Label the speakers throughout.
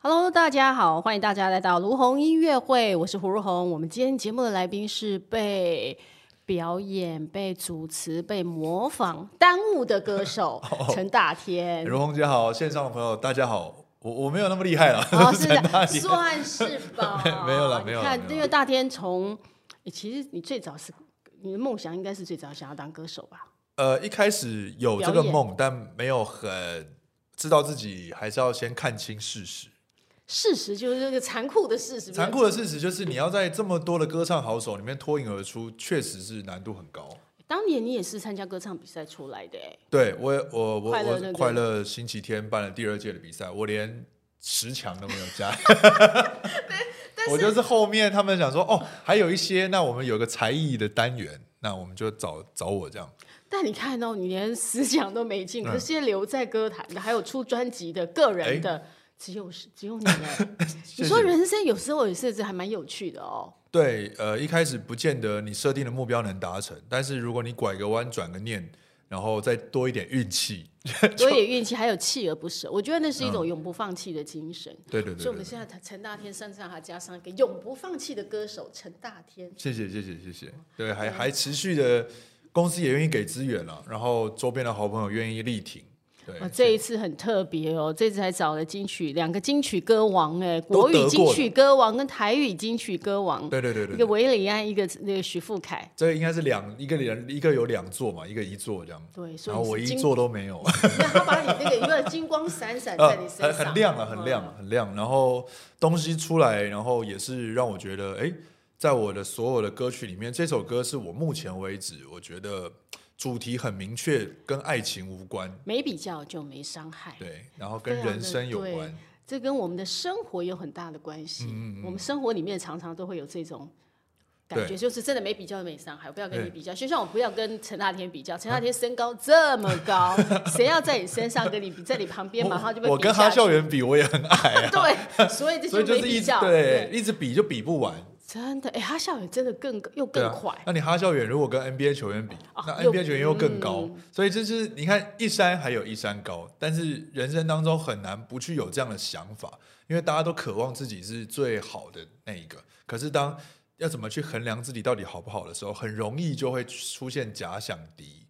Speaker 1: Hello，大家好，欢迎大家来到卢红音乐会，我是胡如红。我们今天节目的来宾是被表演、被主持、被模仿耽误的歌手 陈大天。
Speaker 2: 哦如红姐好，线上的朋友大家好，我我没有那么厉害了，
Speaker 1: 哦， 是
Speaker 2: 陈大
Speaker 1: 的，
Speaker 2: 姐。
Speaker 1: 算是吧
Speaker 2: 没有啦没有
Speaker 1: 你
Speaker 2: 啦
Speaker 1: 看，
Speaker 2: 没有啦
Speaker 1: 因为大天从，诶其实你最早是你的梦想应该是最早想要当歌手吧？
Speaker 2: 呃，一开始有这个梦，但没有很知道自己还是要先看清事实。
Speaker 1: 事实就是这个残酷的事实，
Speaker 2: 残酷的事实就是，你要在这么多的歌唱好手里面脱颖而出，确实是难度很高。
Speaker 1: 当年你也是参加歌唱比赛出来的、欸，
Speaker 2: 对我也，我我
Speaker 1: 快乐那个
Speaker 2: 我快乐星期天办了第二届的比赛，我连十强都没有加。 我就是后面他们想说，哦，还有一些，那我们有个才艺的单元，那我们就找找我这样。
Speaker 1: 但你看哦到、你连思想都没进，
Speaker 2: 嗯
Speaker 1: 可是留在歌坛的，还有出专辑的、个人的，只有是只有你、 欸。
Speaker 2: 谢
Speaker 1: 你
Speaker 2: 哎谢
Speaker 1: 说人生有时候也是这还蛮有趣的 哦。
Speaker 2: 对，呃，一开始不见得你设定的目标能达成，但是如果你拐个弯、转个念，然后再多一点运气，
Speaker 1: 我也运气，还有锲而不舍，我觉得那是一种永不放弃的精神。
Speaker 2: 嗯对对对
Speaker 1: 所以我
Speaker 2: 对
Speaker 1: 们现在陈大天身上还加上一个永不放弃的歌手陈大天。
Speaker 2: 谢谢谢谢谢谢，
Speaker 1: 嗯
Speaker 2: 对，还还持续的，公司也愿意给资源了，然后周边的好朋友愿意力挺，对
Speaker 1: 啊，，这一次很特别哦，这次还找了金曲两个金曲歌王哎，
Speaker 2: 都
Speaker 1: 国
Speaker 2: 得
Speaker 1: 语
Speaker 2: 过
Speaker 1: 金
Speaker 2: 的
Speaker 1: 曲歌王跟台语金曲歌王，
Speaker 2: 对对对
Speaker 1: 一
Speaker 2: 对
Speaker 1: 个
Speaker 2: 对，
Speaker 1: 韦礼安，一个那个徐富凯。
Speaker 2: 这应该是两一个人一个有两座嘛，一个一座这样，
Speaker 1: 对，所
Speaker 2: 然
Speaker 1: 以
Speaker 2: 后
Speaker 1: 你是
Speaker 2: 我
Speaker 1: 金，
Speaker 2: 一座都没有，
Speaker 1: 那他把你那个一个金光闪闪在你身
Speaker 2: 呃很
Speaker 1: 上，
Speaker 2: 很亮了，很亮啊
Speaker 1: 嗯
Speaker 2: 了，很亮。然后东西出来，然后也是让我觉得，哎，在我的所有的歌曲里面，这首歌是我目前为止我觉得主题很明确，跟爱情无关，
Speaker 1: 没比较就没伤害，
Speaker 2: 对，然后跟
Speaker 1: 非常的
Speaker 2: 人生有
Speaker 1: 对
Speaker 2: 关，
Speaker 1: 这跟我们的生活有很大的关
Speaker 2: 嗯
Speaker 1: 系。我们生活里面常常都会有这种感觉，
Speaker 2: 对
Speaker 1: 就是真的没比较就没伤害，我不要跟你
Speaker 2: 对嗯
Speaker 1: 比较。就像我不要跟陈大天比较，陈大天身高这么高， 谁要在你身上跟你比，在你旁边马上就被
Speaker 2: 我我
Speaker 1: 比
Speaker 2: 跟
Speaker 1: 下
Speaker 2: 哈
Speaker 1: 去
Speaker 2: 校园比，我也很 矮啊，
Speaker 1: 对，所以这
Speaker 2: 所以就
Speaker 1: 没
Speaker 2: 是一
Speaker 1: 比
Speaker 2: 直
Speaker 1: 较，
Speaker 2: 对，一直比就比不完。
Speaker 1: 真的，哎，哈校园真的更又
Speaker 2: 对
Speaker 1: 更
Speaker 2: 啊
Speaker 1: 快，，
Speaker 2: 那你哈校园如果跟 NBA 球员比，
Speaker 1: 啊
Speaker 2: 那
Speaker 1: 又嗯
Speaker 2: NBA 球员又更高，所以就是你看一山还有一山高，但是人生当中很难不去有这样的想法，因为大家都渴望自己是最好的那一个。可是当要怎么去衡量自己到底好不好的时候，很容易就会出现假想敌，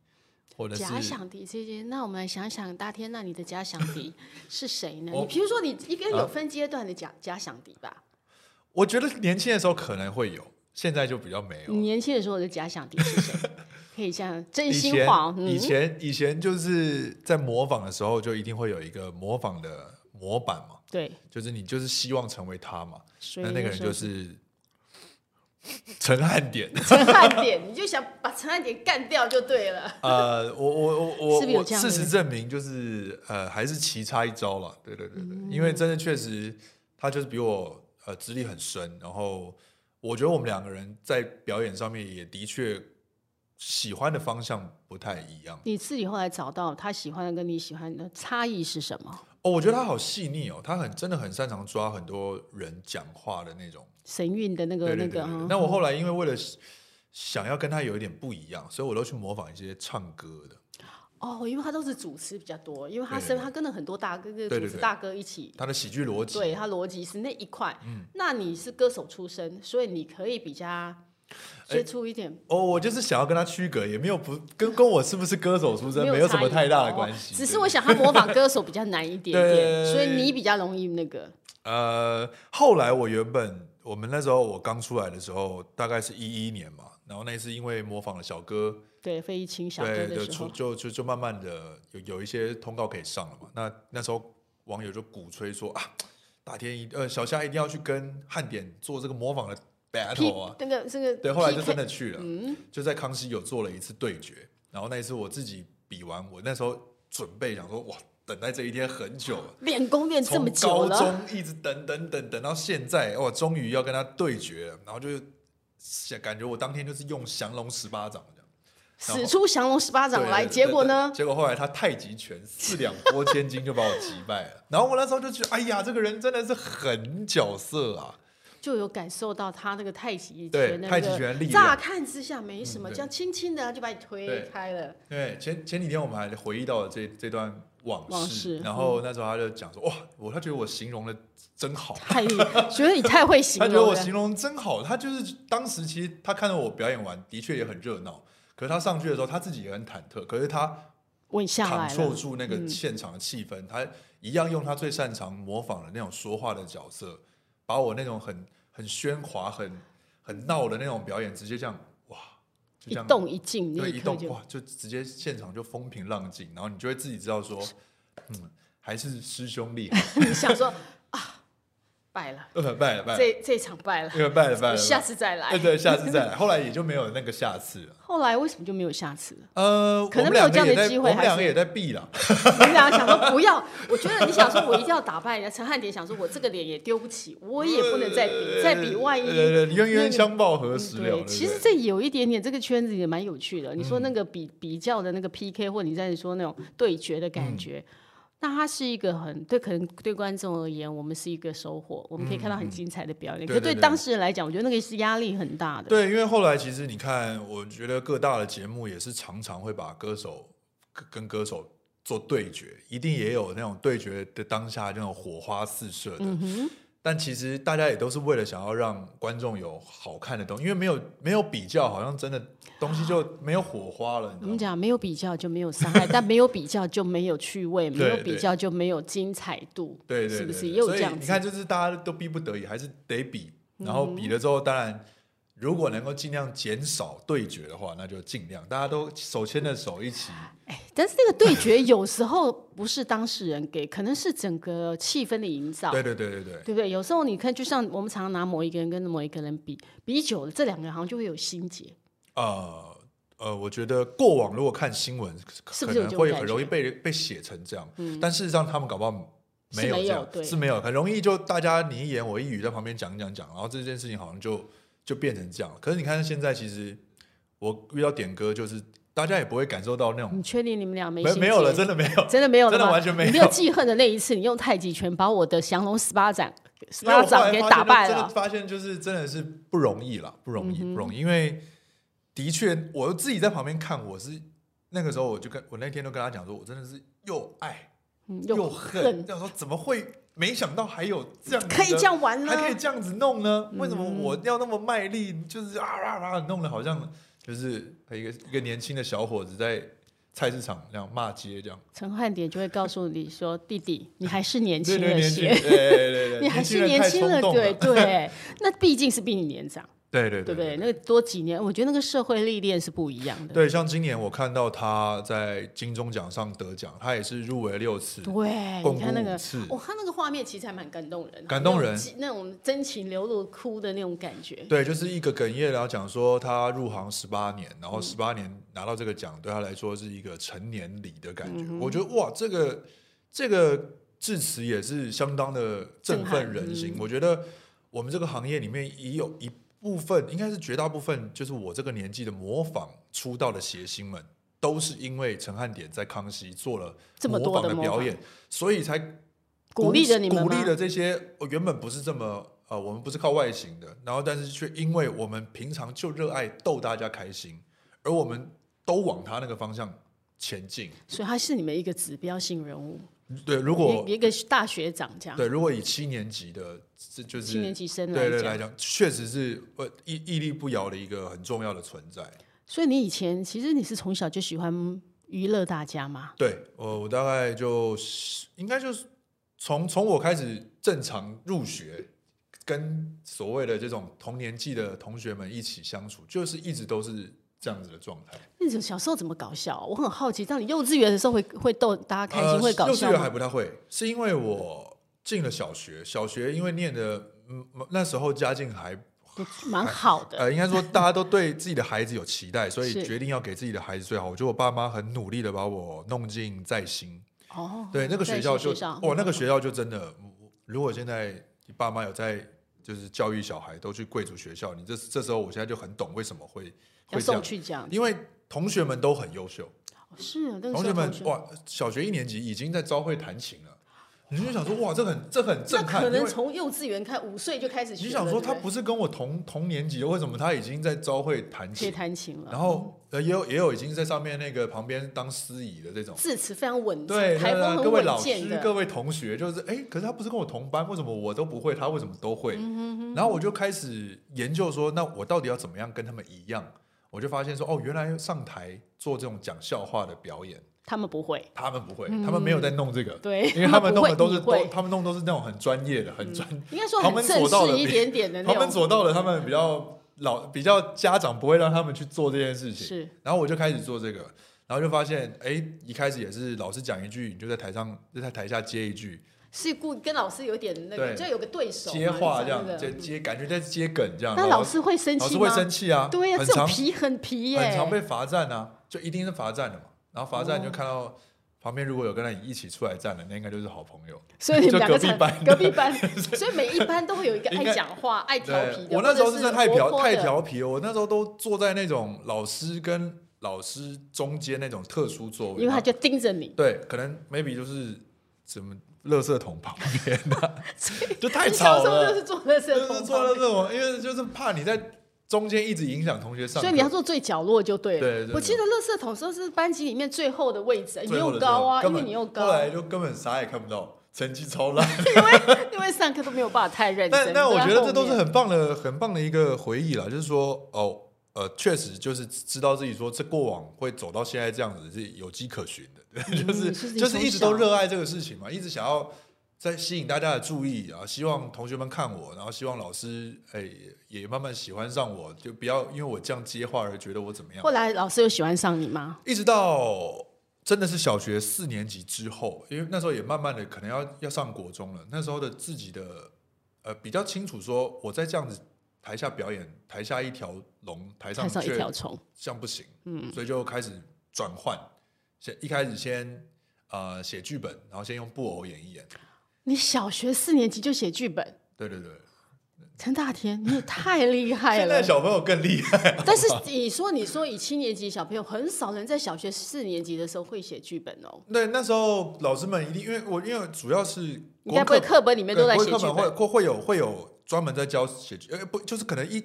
Speaker 2: 或者是
Speaker 1: 假想敌这些，那我们来想想，大天，那你的假想 敌是谁呢？
Speaker 2: 我
Speaker 1: 你比如说，你应该有
Speaker 2: 啊
Speaker 1: 分阶段的假、假想敌吧？
Speaker 2: 我觉得年轻的时候可能会有，现在就比较没有
Speaker 1: 你。年轻的时候的假想敌是谁？啊可以这样真
Speaker 2: 以
Speaker 1: 心
Speaker 2: 前
Speaker 1: 话哦，嗯，
Speaker 2: 以前以前就是在模仿的时候，就一定会有一个模仿的模板嘛。
Speaker 1: 对，
Speaker 2: 就是你就是希望成为他嘛，
Speaker 1: 所以
Speaker 2: 那那个人就
Speaker 1: 所以
Speaker 2: 是陈汉典。
Speaker 1: 陈汉 典，你就想把陈汉典干掉就对了。
Speaker 2: 呃，我我我我
Speaker 1: 是不是有
Speaker 2: 我
Speaker 1: 这样的
Speaker 2: 事
Speaker 1: 人
Speaker 2: 实证明，就是呃，还是棋差一招了。对对对对，因
Speaker 1: 嗯
Speaker 2: 为真的确实，他就是比我呃资历很深，然后我觉得我们两个人在表演上面也的确喜欢的方向不太一样。
Speaker 1: 你自己后来找到他喜欢的跟你喜欢的差异是什么？
Speaker 2: 哦，我觉得他好细腻哦，他很真的很擅长抓很多人讲话的那种。
Speaker 1: 神韵的那个
Speaker 2: 对对对
Speaker 1: 那
Speaker 2: 对
Speaker 1: 个
Speaker 2: 对
Speaker 1: 啊，
Speaker 2: 那我后来因为为了想要跟他有一点不一样，所以我都去模仿一些唱歌的。
Speaker 1: 哦，因为他都是主持比较多，因为他
Speaker 2: 对对
Speaker 1: 身
Speaker 2: 对
Speaker 1: 他跟了很多大哥跟
Speaker 2: 对
Speaker 1: 主
Speaker 2: 对
Speaker 1: 持
Speaker 2: 对
Speaker 1: 大哥一起
Speaker 2: 他的喜剧逻辑，
Speaker 1: 对他逻辑是那一块。
Speaker 2: 嗯
Speaker 1: 那你是歌手出身，所以你可以比
Speaker 2: 哎
Speaker 1: 较接触一点，
Speaker 2: 哦，我就是想要跟他区隔，也没有不跟跟我是不是歌手出身没
Speaker 1: 有
Speaker 2: 有什么
Speaker 1: 差异
Speaker 2: 太大的
Speaker 1: 哦
Speaker 2: 关系。
Speaker 1: 只是
Speaker 2: 对
Speaker 1: 我想他模仿歌手比较难一点点，
Speaker 2: 对
Speaker 1: 所以你比较容易那个。
Speaker 2: 呃，后来我原本我们那时候我刚出来的时候，大概是一一年嘛，然后那次因为模仿了小哥，
Speaker 1: 对，费玉清小哥
Speaker 2: 对，
Speaker 1: 的
Speaker 2: 就
Speaker 1: 时
Speaker 2: 出
Speaker 1: 候，
Speaker 2: 就就就慢慢的有有一些通告可以上了嘛。那那时候网友就鼓吹说啊，大天一呃小虾一定要去跟汉典做这个模仿的 battle 啊。
Speaker 1: 那个这个 PK,
Speaker 2: 对，后来就真的去了，
Speaker 1: 嗯
Speaker 2: 就在康熙有做了一次对决。然后那一次我自己比完，我那时候准备想说哇，等待这一天很久了。
Speaker 1: 练功练 这么
Speaker 2: 从
Speaker 1: 久
Speaker 2: 高
Speaker 1: 了，
Speaker 2: 中一直等等等等到现在，哇，终于要跟他对决了，然后就想感觉我当天就是用降龙十八掌这样。然后
Speaker 1: 使出降龙十八掌
Speaker 2: 对
Speaker 1: 来，
Speaker 2: 对对
Speaker 1: 结果呢
Speaker 2: 对？结果后来他太极拳四两拨千斤就把我击败了。然后我那时候就觉得，哎呀，这个人真的是很角色啊。
Speaker 1: 就有感受到他那个太极
Speaker 2: 对
Speaker 1: 拳的
Speaker 2: 太
Speaker 1: 那
Speaker 2: 极拳的力
Speaker 1: 个，
Speaker 2: 量
Speaker 1: 乍看之下没什么，
Speaker 2: 嗯对
Speaker 1: 这样轻轻的就把你推
Speaker 2: 对
Speaker 1: 开 了。
Speaker 2: 对，前前几天我们还回忆到了这这段往事，
Speaker 1: 往事嗯
Speaker 2: 然后那时候他就讲说，哇，我他觉得我形容的真好，
Speaker 1: 太觉得你太会形
Speaker 2: 他觉得
Speaker 1: 容
Speaker 2: 我
Speaker 1: 了，
Speaker 2: 形容真好，他就是当时其实他看到我表演完，的确也很热闹，可是他上去的时候他自己也很忐忑，可是他
Speaker 1: 稳下
Speaker 2: 扛
Speaker 1: 来了。
Speaker 2: 受
Speaker 1: 嗯
Speaker 2: 住那个现场的气氛，他一样用他最擅长模仿的那种说话的角色，把我那种很很喧哗、很很闹的那种表演，直接这样哇，就
Speaker 1: 一
Speaker 2: 这样
Speaker 1: 动一静，那
Speaker 2: 对，一
Speaker 1: 刻
Speaker 2: 动
Speaker 1: 就
Speaker 2: 哇，就直接现场就风平浪静，然后你就会自己知道说，嗯，还是师兄厉害，
Speaker 1: 你想说啊，败了，
Speaker 2: 呃，拜了拜了，
Speaker 1: 这这场败了，
Speaker 2: 因为拜了拜了，
Speaker 1: 下次再
Speaker 2: 对
Speaker 1: 来。
Speaker 2: 对，下次再来，后来也就没有那个下次了。
Speaker 1: 后来为什么就没有下次了？
Speaker 2: 呃，
Speaker 1: 可能
Speaker 2: 我们
Speaker 1: 没有
Speaker 2: 两个
Speaker 1: 这样的
Speaker 2: 也在
Speaker 1: 机会
Speaker 2: 我们
Speaker 1: 还
Speaker 2: 两个
Speaker 1: 是
Speaker 2: 也在避了，
Speaker 1: 你们俩想说不要， 我觉得你想说我一定要打败人家陈汉典，想说我这个脸也丢不起，我也不能再 比，再比万一。
Speaker 2: 对对呃对
Speaker 1: 那
Speaker 2: 冤冤
Speaker 1: 个
Speaker 2: 相报何时了？对
Speaker 1: 对，
Speaker 2: 不
Speaker 1: 其
Speaker 2: 对嗯
Speaker 1: 实这有一点点，这个圈子也蛮有趣的。你说那个比比较的那个 PK，或你在说那种对决的
Speaker 2: 嗯
Speaker 1: 感觉，那它是一个很对，可能对观众而言，我们是一个收获，我们可以看到很精彩的表演。
Speaker 2: 嗯对
Speaker 1: 可
Speaker 2: 对
Speaker 1: 对
Speaker 2: 对
Speaker 1: 当事人来讲，我觉得那个是压力很大的。
Speaker 2: 对，因为后来其实你看，我觉得各大的节目也是常常会把歌手跟跟歌手做对决，一定也有那种对决的当下那种火花四射的。
Speaker 1: 嗯
Speaker 2: 但其实大家也都是为了想要让观众有好看的东西，因为没有没有比较，好像真的东西就没有火花了，
Speaker 1: 我
Speaker 2: 你知道
Speaker 1: 们
Speaker 2: 吗？
Speaker 1: 讲没有比较就没有伤害，但没有比较就没有趣味，没有
Speaker 2: 对对
Speaker 1: 比较就没有精彩度，
Speaker 2: 对对，
Speaker 1: 是不
Speaker 2: 对
Speaker 1: 是
Speaker 2: 对
Speaker 1: 也有
Speaker 2: 所
Speaker 1: 这
Speaker 2: 以
Speaker 1: 样
Speaker 2: 你
Speaker 1: 子嗯
Speaker 2: 看，？就是大家都逼不得已，还是得比。然后比了之后，当然如果能够尽量减少对决的话，那就尽量，大家都手牵着手一起。
Speaker 1: 哎，但是那个对决有时候不是当事人给，可能是整个气氛的营 造。
Speaker 2: 对对对对对。
Speaker 1: 对不对？有时候你看，就像我们常常拿某一个人跟某一个人比，比久了，这两个人好像就会有心结。
Speaker 2: 呃呃，我觉得过往如果看新闻，可
Speaker 1: 是不
Speaker 2: 可
Speaker 1: 是有
Speaker 2: 能
Speaker 1: 这种
Speaker 2: 会
Speaker 1: 感
Speaker 2: 很容易
Speaker 1: 觉嗯
Speaker 2: 被被写成这样，但事实上他们搞不好没
Speaker 1: 是
Speaker 2: 有
Speaker 1: 没
Speaker 2: 这
Speaker 1: 有
Speaker 2: 样，
Speaker 1: 对
Speaker 2: 是没有，很容易就大家你一言我一语在旁边讲讲讲，然后这件事情好像就就变成这样了。可是你看现在，其实我遇到点歌，就是大家也不会感受到那种
Speaker 1: 你确定你们俩嗯没
Speaker 2: 没
Speaker 1: 心结？
Speaker 2: 没有了，真的没有，
Speaker 1: 真的没有了吗，
Speaker 2: 真的完全没有
Speaker 1: 你没有记恨的那一次，你用太极拳把我的降龙十八掌十
Speaker 2: 因为我
Speaker 1: 八
Speaker 2: 后
Speaker 1: 掌
Speaker 2: 来发
Speaker 1: 给
Speaker 2: 现
Speaker 1: 打
Speaker 2: 就
Speaker 1: 败
Speaker 2: 真的
Speaker 1: 了。嗯
Speaker 2: 发现就是真的是不容易啦，不容易，不容易。因为的确，我自己在旁边看，我是那个时候我就跟我那天都跟他讲说，我真的是又爱
Speaker 1: 嗯又
Speaker 2: 又恨，想说怎么会没想到还有这样
Speaker 1: 可以
Speaker 2: 的
Speaker 1: 这样玩呢嗯
Speaker 2: 还？可以这样子弄呢？为什么我要那么卖力？就是啊啊啊，弄得好像就是哎一个一个年轻的小伙子在菜市场这样骂街这样。
Speaker 1: 陈汉典就会告诉你说：“弟弟，你还是年
Speaker 2: 对
Speaker 1: 轻
Speaker 2: 对，
Speaker 1: 了
Speaker 2: 年轻，哎
Speaker 1: 些，
Speaker 2: 对对对对，
Speaker 1: 你还是
Speaker 2: 人
Speaker 1: 年
Speaker 2: 太
Speaker 1: 轻
Speaker 2: 冲动
Speaker 1: 对
Speaker 2: 了，
Speaker 1: 对。那毕竟是比你年长，
Speaker 2: 对对
Speaker 1: 对
Speaker 2: 对
Speaker 1: 不对？那多几年，我觉得那个社会历练是不一样的。
Speaker 2: 对，像今年我看到他在金钟奖上得奖，他也是入围六次，
Speaker 1: 对，
Speaker 2: 共
Speaker 1: 你看那
Speaker 2: 估五
Speaker 1: 个
Speaker 2: 次。
Speaker 1: 哇，他那个画面其实还蛮感动人的，
Speaker 2: 感动人
Speaker 1: 那种激那种真情流露、哭的那种感觉。
Speaker 2: 对，就是一个哽咽，然后讲说他入行十八年，然后十八年拿到这个奖，对他来说是一个成年礼的感
Speaker 1: 嗯
Speaker 2: 觉。我觉得哇，这个这个致辞也是相当的振
Speaker 1: 震撼嗯
Speaker 2: 奋人心。我觉得我们这个行业里面也有一部分，应该是绝大部分，就是我这个年纪的模仿出道的谐星们，都是因为陈汉典在康熙做了
Speaker 1: 这么
Speaker 2: 模
Speaker 1: 多
Speaker 2: 仿
Speaker 1: 的
Speaker 2: 的
Speaker 1: 模
Speaker 2: 表
Speaker 1: 仿
Speaker 2: 演，所以才
Speaker 1: 鼓励着你们
Speaker 2: 鼓
Speaker 1: 吗？
Speaker 2: 励的这些呃原本不是这么呃，我们不是靠外形的，然后但是却因为我们平常就热爱逗大家开心，而我们都往他那个方向前进。
Speaker 1: 所以他是你们一个指标性人物，
Speaker 2: 对，如果
Speaker 1: 一一个大学长这样，
Speaker 2: 对，如果以七年级的这就是
Speaker 1: 七年级生
Speaker 2: 对对
Speaker 1: 讲。
Speaker 2: 来讲，确实是呃屹屹立不摇的一个很重要的存在。
Speaker 1: 所以你以前其实你是从小就喜欢娱乐大家嘛？
Speaker 2: 对，呃我我大概就是应该就是从从我开始正常入学，跟所谓的这种同年纪的同学们一起相处，就是一直都是这样子的状态。
Speaker 1: 那你小时候怎么搞笑啊、我很好奇，到你幼稚园的时候会会逗大家开心，
Speaker 2: 呃
Speaker 1: 会搞
Speaker 2: 幼稚
Speaker 1: 笑
Speaker 2: 园还
Speaker 1: 吗？
Speaker 2: 不太会，是因为我进了小学，小学因为念的嗯那时候家境还
Speaker 1: 蛮好的，
Speaker 2: 呃，应该说大家都对自己的孩子有期待，所以
Speaker 1: 是
Speaker 2: 决定要给自己的孩子最好。我觉得我爸妈很努力的把我弄进在心，
Speaker 1: 哦，
Speaker 2: 对，那个
Speaker 1: 在
Speaker 2: 学校就哦
Speaker 1: 学校
Speaker 2: 哇，那个学校就真的，如果现在你爸妈有在就是教育小孩都去贵族学校，你这这时候我现在就很懂为什么会
Speaker 1: 要
Speaker 2: 会这
Speaker 1: 送
Speaker 2: 样，
Speaker 1: 去这样，
Speaker 2: 因为同学们都很优秀，
Speaker 1: 哦是啊那个
Speaker 2: 同
Speaker 1: 时
Speaker 2: 学
Speaker 1: 候
Speaker 2: 们
Speaker 1: 同学
Speaker 2: 哇，小学一年级已经在朝会弹琴了，你就想说哇，这很这很
Speaker 1: 那
Speaker 2: 震撼，
Speaker 1: 可
Speaker 2: 因
Speaker 1: 能
Speaker 2: 为
Speaker 1: 从幼稚园开五岁就开始学
Speaker 2: 你
Speaker 1: 了。
Speaker 2: 想说
Speaker 1: 对
Speaker 2: 他
Speaker 1: 对
Speaker 2: 不是跟我同同年级的，为什么他已经在招会弹
Speaker 1: 可以
Speaker 2: 琴？
Speaker 1: 弹琴了，
Speaker 2: 然后呃，也有也有已经在上面那个旁边当司仪的这种。
Speaker 1: 字词非常稳重，
Speaker 2: 对，
Speaker 1: 台风
Speaker 2: 那各
Speaker 1: 很
Speaker 2: 位
Speaker 1: 稳
Speaker 2: 老
Speaker 1: 健
Speaker 2: 师、各
Speaker 1: 的。
Speaker 2: 位同学，就是哎，诶可是他不是跟我同班，为什么我都不会，他为什么都会？
Speaker 1: 嗯
Speaker 2: 然后我就开始研究说，那我到底要怎么样跟他们一样？我就发现说，哦，原来上台做这种讲笑话的表演，
Speaker 1: 他们不会，
Speaker 2: 他们不会，他们没有在弄这个，
Speaker 1: 对，
Speaker 2: 因为他
Speaker 1: 嗯
Speaker 2: 们
Speaker 1: 不
Speaker 2: 弄
Speaker 1: 会
Speaker 2: 的都
Speaker 1: 你
Speaker 2: 是都
Speaker 1: 会，嗯
Speaker 2: 他们弄都是那种很专业的、很专
Speaker 1: 应该说
Speaker 2: 旁
Speaker 1: 很
Speaker 2: 门
Speaker 1: 正
Speaker 2: 左道的
Speaker 1: 式一点点的那
Speaker 2: 旁门
Speaker 1: 种。
Speaker 2: 左道的，他
Speaker 1: 嗯
Speaker 2: 们比较老，比较家长不会让他们去做这件事情。
Speaker 1: 是，
Speaker 2: 然后我就开始做这个，然后就发现，哎，一开始也是老师讲一句，你就在台上就在台下接一句，
Speaker 1: 是故意跟老师有点那个，
Speaker 2: 对
Speaker 1: 就有个对手嘛
Speaker 2: 接话这样
Speaker 1: 你讲，那
Speaker 2: 接
Speaker 1: 个
Speaker 2: 接感觉在接梗这样。
Speaker 1: 那
Speaker 2: 然后
Speaker 1: 老师会生
Speaker 2: 老
Speaker 1: 气
Speaker 2: 师
Speaker 1: 吗
Speaker 2: 会？生气啊，
Speaker 1: 对呀，
Speaker 2: 很
Speaker 1: 这种
Speaker 2: 常
Speaker 1: 皮很皮耶，
Speaker 2: 很常被罚站啊，就一定是罚站的嘛。然后罚站
Speaker 1: 哦
Speaker 2: 就看到旁边如果有跟他一起出来站的，那应该就是好朋友。
Speaker 1: 所以你们
Speaker 2: 就
Speaker 1: 两个
Speaker 2: 隔壁
Speaker 1: 才
Speaker 2: 班
Speaker 1: 隔壁 班，所以每一班都会有一个
Speaker 2: 应
Speaker 1: 爱
Speaker 2: 该
Speaker 1: 讲话、爱调皮
Speaker 2: 对，
Speaker 1: 的。
Speaker 2: 我那时候
Speaker 1: 或者
Speaker 2: 真
Speaker 1: 是
Speaker 2: 的太
Speaker 1: 活
Speaker 2: 调
Speaker 1: 泼
Speaker 2: 太
Speaker 1: 的，
Speaker 2: 调皮了，我那时候都坐在那种老师跟老师中间那种特殊座位，
Speaker 1: 因为
Speaker 2: 然
Speaker 1: 他
Speaker 2: 后
Speaker 1: 就盯着你，
Speaker 2: 对，可能 maybe 就是什么垃圾桶旁边的
Speaker 1: 所，
Speaker 2: 就太
Speaker 1: 你小
Speaker 2: 吵
Speaker 1: 时候就是
Speaker 2: 了，
Speaker 1: 做乐色
Speaker 2: 就是
Speaker 1: 童
Speaker 2: 坐
Speaker 1: 操
Speaker 2: 垃圾桶，因为就是怕你在中间一直影响同学上
Speaker 1: 所
Speaker 2: 课，
Speaker 1: 以你要坐最角落就对了。
Speaker 2: 对对对
Speaker 1: 我记得乐色桶说是班级里面最后的位置，你
Speaker 2: 最后
Speaker 1: 又
Speaker 2: 的
Speaker 1: 高啊，因为
Speaker 2: 时候根本
Speaker 1: 你又高
Speaker 2: 后，来就根本啥也看不到，成绩超 烂。
Speaker 1: 因为上课都没有办法太认
Speaker 2: 但
Speaker 1: 真。
Speaker 2: 但我觉
Speaker 1: 在
Speaker 2: 得
Speaker 1: 后
Speaker 2: 这都是
Speaker 1: 面
Speaker 2: 很棒的、很棒的一个回忆啦，就是说，哦，呃，确实就是知道自己说这过往会走到现在这样子是有迹可循的， 就是、
Speaker 1: 嗯是你
Speaker 2: 就是一直
Speaker 1: 从小
Speaker 2: 都热爱这个事情嘛，一直想要在吸引大家的注意，然后希望同学们看我，然后希望老师哎、也慢慢喜欢上我，就不要因为我这样接话而觉得我怎么样
Speaker 1: 后。来老师有喜欢上你吗？
Speaker 2: 一直到真的是小学四年级之后，因为那时候也慢慢的可能要要上国中了，那时候的自己的呃比较清楚说，我在这样子台下表演，台下一条龙，台上
Speaker 1: 看上一
Speaker 2: 却
Speaker 1: 条虫，
Speaker 2: 这样不行，嗯，所以就开始转换，先一开始先呃写剧本，然后先用布偶演一演，
Speaker 1: 你小学四年级就写剧本，
Speaker 2: 对对对，
Speaker 1: 陈大天，你也太厉害
Speaker 2: 现在
Speaker 1: 了。
Speaker 2: 小朋友更厉害，
Speaker 1: 但是你说，你说以七年级小朋友，很少人在小学四年级的时候会写剧本哦。
Speaker 2: 对，那时候老师们一定因为我因为主要是
Speaker 1: 你该不会
Speaker 2: 国文课
Speaker 1: 课本里面都在写
Speaker 2: 对
Speaker 1: 剧
Speaker 2: 不会课
Speaker 1: 本？
Speaker 2: 本会会会有会有专门在教写剧，呃，不就是可能一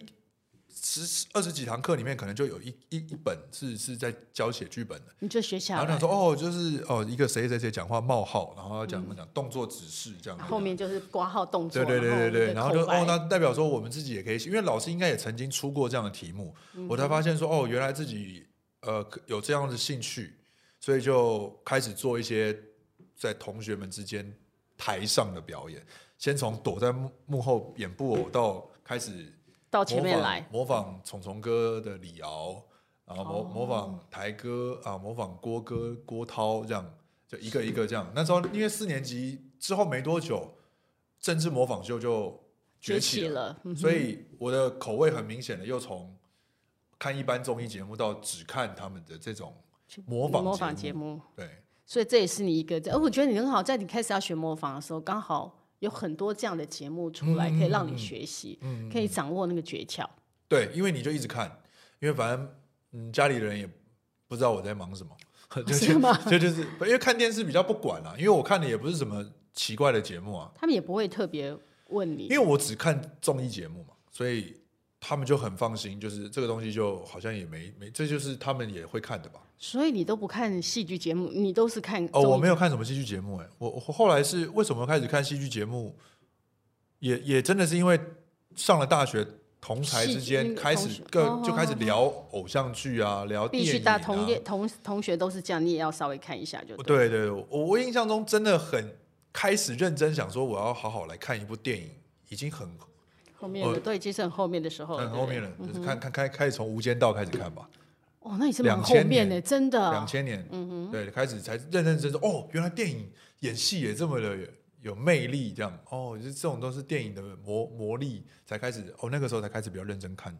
Speaker 2: 十二十几堂课里面，可能就有一一一本是是在教写剧本的。
Speaker 1: 你就学
Speaker 2: 然
Speaker 1: 下
Speaker 2: 后
Speaker 1: 来
Speaker 2: 想，说哦，就是哦，一个谁谁谁讲话冒号，然后要讲什么讲动作指示这样子。
Speaker 1: 嗯后面就是挂号动作，
Speaker 2: 对对对对对，然后就
Speaker 1: 口白
Speaker 2: 哦，那代表说我们自己也可以写，因为老师应该也曾经出过这样的题目，我才发现说哦，原来自己呃可有这样的兴趣，所以就开始做一些在同学们之间台上的表演，先从躲在幕幕后演布偶到开始
Speaker 1: 到
Speaker 2: 模
Speaker 1: 哦前面
Speaker 2: 仿
Speaker 1: 来，
Speaker 2: 模仿虫虫哥的李敖，然后模、
Speaker 1: 哦
Speaker 2: 模仿台哥啊，模仿郭哥郭涛这样，就一个一个这样。那时候因为四年级之后没多久，政治模仿秀就崛
Speaker 1: 崛
Speaker 2: 起
Speaker 1: 起
Speaker 2: 了，
Speaker 1: 了，嗯
Speaker 2: 所以我的口味很明显的又从看一般综艺节目到只看他们的这种模仿
Speaker 1: 模仿
Speaker 2: 节
Speaker 1: 节
Speaker 2: 目，
Speaker 1: 目，
Speaker 2: 对。
Speaker 1: 所以这也是你一个。而我觉得你很好，在你开始要学模仿的时候，刚好有很多这样的节目出来，
Speaker 2: 嗯
Speaker 1: 可以让你学习，可以掌握那个诀窍。
Speaker 2: 对，因为你就一直看，因为反正嗯家里人也不知道我在忙什么， 就是
Speaker 1: 是吗
Speaker 2: 就 就是因为看电视比较不管啦、因为我看的也不是什么奇怪的节目啊，
Speaker 1: 他们也不会特别问
Speaker 2: 因
Speaker 1: 你，
Speaker 2: 为我只看综艺节目嘛，所以他们就很放心，就是这个东西就好像也没没，这就是他们也会看的吧。
Speaker 1: 所以你都不看戏剧节目，你都是看
Speaker 2: 哦，
Speaker 1: 综艺
Speaker 2: 我没有看什么戏剧节目、欸，哎，我我后来是为什么开始看戏剧节目，也也真的是因为上了大学，同才
Speaker 1: 戏
Speaker 2: 之
Speaker 1: 剧
Speaker 2: 间
Speaker 1: 那个
Speaker 2: 开
Speaker 1: 同
Speaker 2: 始
Speaker 1: 学
Speaker 2: 更
Speaker 1: 哦
Speaker 2: 就开始聊偶像剧啊，聊
Speaker 1: 必
Speaker 2: 电
Speaker 1: 须
Speaker 2: 影
Speaker 1: 大
Speaker 2: 啊。哦
Speaker 1: 同业同同学都是这样，你也要稍微看一下就对。
Speaker 2: 对对，我我印象中真的很开始认真想说我要好好来看一部电影，已经很
Speaker 1: 后面的
Speaker 2: 我
Speaker 1: 都已经是很后面的时候了，
Speaker 2: 很哦嗯后面
Speaker 1: 了。
Speaker 2: 了，就是看看开开始从《无间道》开始看吧，
Speaker 1: 哦，那你是蛮
Speaker 2: 2000
Speaker 1: 后面的，
Speaker 2: 年
Speaker 1: 真
Speaker 2: 两
Speaker 1: 的。
Speaker 2: 千年，对，开始才认认真真哦，原来电影演戏也这么的有魅力，这样哦，就是这种都是电影的魔魔力，才开始哦，那个时候才开始比较认真看。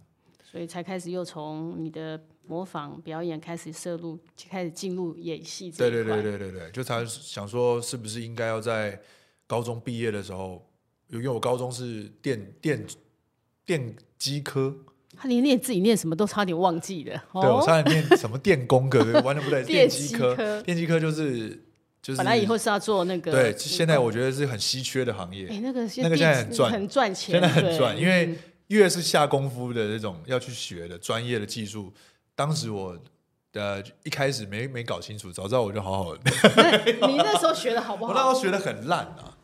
Speaker 1: 所以才开始又从你的模仿表演开始摄入，开始进入演戏这
Speaker 2: 对
Speaker 1: 一块。
Speaker 2: 对对对对对，就才想说是不是应该要在高中毕业的时候，因为我高中是电电电机科，
Speaker 1: 他连念自己念什么都差点忘记了。
Speaker 2: 对我
Speaker 1: 哦，
Speaker 2: 差点念什么电工科，对完全不对，
Speaker 1: 电
Speaker 2: 机
Speaker 1: 机
Speaker 2: 科
Speaker 1: 科，
Speaker 2: 电机科就是就
Speaker 1: 哦
Speaker 2: 是
Speaker 1: 本来以后是要嗯做那个，
Speaker 2: 对，现在我觉得是很稀缺的行业，
Speaker 1: 哎、那个
Speaker 2: 那个
Speaker 1: 地
Speaker 2: 现在很赚
Speaker 1: 很赚钱，
Speaker 2: 现在很
Speaker 1: 对
Speaker 2: 赚，因为
Speaker 1: 嗯
Speaker 2: 越是下功夫的这种要去学的专业的技术，当时我呃一开始没没搞清楚，早知道我就好好的。
Speaker 1: 你那时候学的好不
Speaker 2: 我那时
Speaker 1: 好？
Speaker 2: 候学的很烂啊，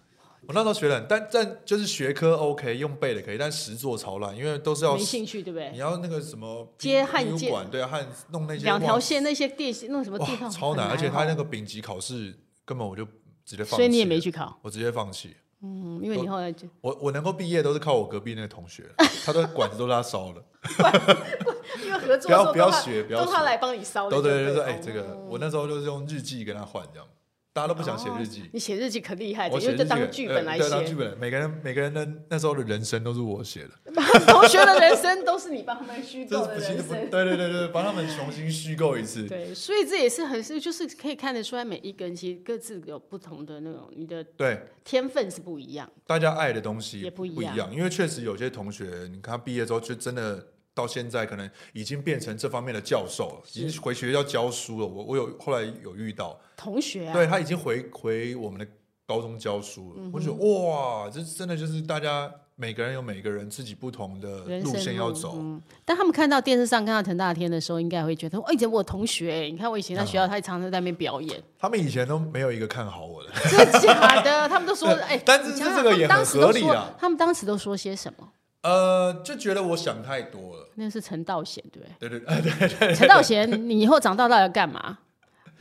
Speaker 2: 我那时候学的很，但但就是学科 OK，用背的可以，但实做超烂，因为都是要
Speaker 1: 没兴趣，对不
Speaker 2: 你
Speaker 1: 对？
Speaker 2: 要那个什么
Speaker 1: 接
Speaker 2: 殡
Speaker 1: 焊
Speaker 2: 殡仪
Speaker 1: 接
Speaker 2: 馆，对啊，焊弄那些
Speaker 1: 两条
Speaker 2: 哇
Speaker 1: 线那些地那什么地
Speaker 2: 哇
Speaker 1: 方
Speaker 2: 超
Speaker 1: 很难，
Speaker 2: 难，
Speaker 1: 啊
Speaker 2: 而且他那个丙级考试根本我就直接放弃，
Speaker 1: 所以你也没，去考，
Speaker 2: 我直接放弃。
Speaker 1: 嗯，因为你后来就
Speaker 2: 我我能够毕业都是靠我隔壁那个同学，他的管子都是他烧的。
Speaker 1: 因为合作
Speaker 2: 不要
Speaker 1: 的时候
Speaker 2: 不要
Speaker 1: 都他
Speaker 2: 学不要
Speaker 1: 都他
Speaker 2: 学
Speaker 1: 来帮你烧的
Speaker 2: 都
Speaker 1: 就
Speaker 2: 对，
Speaker 1: 对，哦
Speaker 2: 就
Speaker 1: 对
Speaker 2: 是哎，这个我那时候就是用日记跟他换，这样大家都不想写日记，
Speaker 1: 你写日记可厉害，
Speaker 2: 我
Speaker 1: 了，因
Speaker 2: 写
Speaker 1: 为
Speaker 2: 日
Speaker 1: 哦就
Speaker 2: 记
Speaker 1: 当
Speaker 2: 给
Speaker 1: 剧
Speaker 2: 呃
Speaker 1: 本来
Speaker 2: 对当剧
Speaker 1: 写，
Speaker 2: 本，每个人每个人的那时候的人生都是我写的，
Speaker 1: 同学的人生都是你帮他们虚
Speaker 2: 这
Speaker 1: 构
Speaker 2: 是
Speaker 1: 的
Speaker 2: 不行
Speaker 1: 人
Speaker 2: 的，不
Speaker 1: 生
Speaker 2: 对。对对对，帮他们重新虚构一次，
Speaker 1: 对，所以这也是很是，就是可以看得出来，每一个人其实各自有不同的那种，你的
Speaker 2: 对，
Speaker 1: 天分是不一样。
Speaker 2: 大家爱的东西
Speaker 1: 也不一
Speaker 2: 一
Speaker 1: 样
Speaker 2: 样，因为确实有些同学，你看他毕业之后就真的。到现在可能已经变成这方面的教授了，已经回学校教书了。我我有后来有遇到，
Speaker 1: 同学啊，
Speaker 2: 对他已经回回我们的高中教书了，
Speaker 1: 嗯
Speaker 2: 我就觉得哇，这真的就是大家每个人有每个人自己不同的
Speaker 1: 人
Speaker 2: 路
Speaker 1: 生
Speaker 2: 线要走，
Speaker 1: 嗯，当他们看到电视上看到滕大天的时候，应该会觉得，哎、以前我有同学、你看我以前在学校，他也常常在那边表演，
Speaker 2: 他们以前都没有一个看好我的，
Speaker 1: 真的假 的？他们都说，
Speaker 2: 对
Speaker 1: 哎、
Speaker 2: 但是
Speaker 1: 你想想
Speaker 2: 这个也
Speaker 1: 他们
Speaker 2: 很
Speaker 1: 当时都
Speaker 2: 合理啊
Speaker 1: 说
Speaker 2: 啦
Speaker 1: 他们当时都说些什么？
Speaker 2: 呃，就觉得我想太多了。
Speaker 1: 那是陈道贤，对不对？
Speaker 2: 对对对对 对
Speaker 1: 陈道贤，你以后长大到底要干嘛？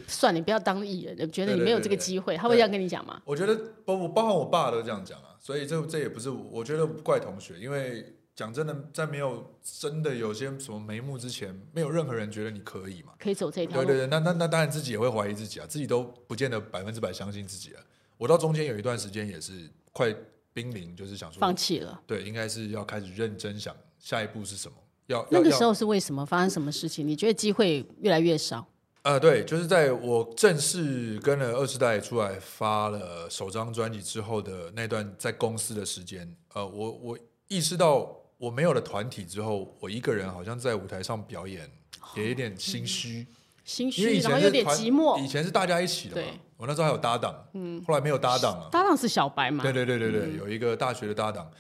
Speaker 1: 算了，你不要当艺人，觉得你没有这个机会，他会这样跟你讲吗？
Speaker 2: 我觉得包我包含我爸都这样讲啊，所以这这也不是我觉得不怪同学，因为讲真的，在没有真的有些什么眉目之前，没有任何人觉得你可以嘛。
Speaker 1: 可以走这条
Speaker 2: 对
Speaker 1: 路，
Speaker 2: 对对，那那那当然自己也会怀疑自己啊，自己都不见得百分之百相信自己啊。我到中间有一段时间也是快濒临，就是想
Speaker 1: 放
Speaker 2: 说，
Speaker 1: 弃了。
Speaker 2: 对，应该是要开始认真想下一步是什么。要
Speaker 1: 那
Speaker 2: 要
Speaker 1: 个
Speaker 2: 要
Speaker 1: 时候是为什么发生什么事情？你觉得机会越来越少？
Speaker 2: 呃，对，就是在我正式跟了二十代出来发了首张专辑之后的那段在公司的时间，呃，我我意识到我没有了团体之后，我一个人好像在舞台上表演
Speaker 1: 哦
Speaker 2: 也
Speaker 1: 嗯
Speaker 2: 有点心虚，
Speaker 1: 心
Speaker 2: 因为
Speaker 1: 虚，
Speaker 2: 以
Speaker 1: 然
Speaker 2: 前
Speaker 1: 后
Speaker 2: 是
Speaker 1: 有点
Speaker 2: 团
Speaker 1: 寂寞
Speaker 2: 以。前是大家一起的嘛
Speaker 1: 对，
Speaker 2: 我那时候还有搭档，嗯，后来没有搭档了，
Speaker 1: 搭档是嗯小白嘛？
Speaker 2: 对对对对对，有一个大学的搭档，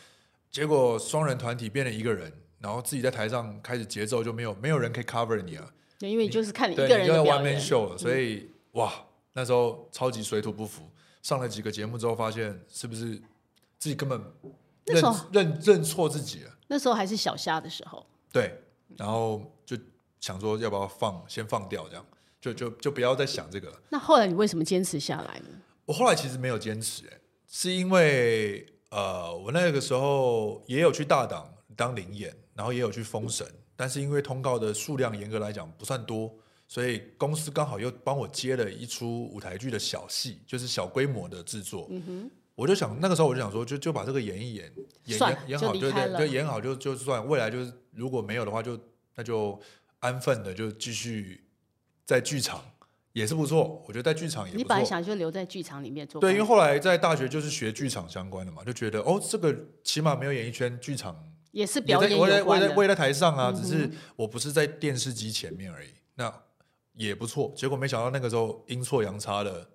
Speaker 2: 结果双人团体变了一个人，然后自己在台上开始节奏就没有没有人可以 cover 你了。
Speaker 1: 对，因为就是看你一
Speaker 2: 对，
Speaker 1: 个
Speaker 2: 你
Speaker 1: 人
Speaker 2: 就
Speaker 1: 的
Speaker 2: 在
Speaker 1: 表
Speaker 2: one man
Speaker 1: 演，嗯
Speaker 2: show 了，所以、哇，那时候超级水土不服。上了几个节目之后，发现是不是自己根本
Speaker 1: 那时
Speaker 2: 认
Speaker 1: 候
Speaker 2: 认认错自己了？
Speaker 1: 那时候还是小虾的时候，
Speaker 2: 对，然后就想说要不要放，先放掉，这样就就就不要再想这个了。
Speaker 1: 那后来你为什么坚持下来呢？
Speaker 2: 我后来其实没有坚持、欸，是因为呃，我那个时候也有去大档当灵演，然后也有去封神，但是因为通告的数量严格来讲不算多，所以公司刚好又帮我接了一出舞台剧的小戏，就是小规模的制作。
Speaker 1: 嗯
Speaker 2: 我就想那个时候我就想说，就就把这个演一演，演
Speaker 1: 算了
Speaker 2: 演演
Speaker 1: 就
Speaker 2: 好，
Speaker 1: 离
Speaker 2: 对
Speaker 1: 开
Speaker 2: 对
Speaker 1: 了
Speaker 2: 对，演好就就算，未来就是如果没有的话就，那就安分的就继续在剧场也是不错，我觉得在剧场也不错。
Speaker 1: 你本来想就留在剧场里面做工，
Speaker 2: 对，因为后来在大学就是学剧场相关的嘛，就觉得哦，这个起码没有演艺圈剧场
Speaker 1: 也是
Speaker 2: 也
Speaker 1: 表
Speaker 2: 在
Speaker 1: 演
Speaker 2: 我也在
Speaker 1: 有
Speaker 2: 我
Speaker 1: 关
Speaker 2: 也在我
Speaker 1: 的，嗯
Speaker 2: 也在台上啊，只是我不是在电视机前面而已，那也不错。结果没想到那个时候阴错阳差的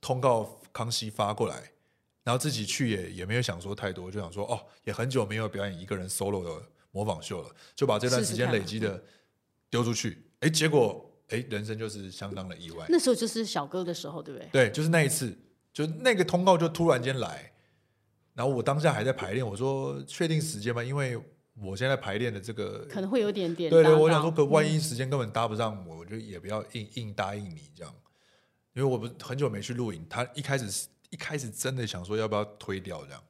Speaker 2: 通告康熙发过来，然后自己去也也没有想说太多，就想说哦，也很久没有表演一个人 solo 的模仿秀了，就把这段
Speaker 1: 试试
Speaker 2: 时间
Speaker 1: 看啊嗯
Speaker 2: 累
Speaker 1: 嘛
Speaker 2: 积的丢出去，哎，结果哎，人生就是相当的意外。
Speaker 1: 那时候就是小哥的时候，对不对？
Speaker 2: 对，就是那一次，就那个通告就突然间来，然后我当下还在排练，我说确定时间吗？因为我现在排练的这个，
Speaker 1: 可能会有点嗯点
Speaker 2: 对对，
Speaker 1: 搭
Speaker 2: 我
Speaker 1: 档
Speaker 2: 想说，可万一时间根本搭不上我，我就也不要硬硬答应你这样，因为我不是很久没去录影，他一开始是一开始真的想说要不要推掉这样，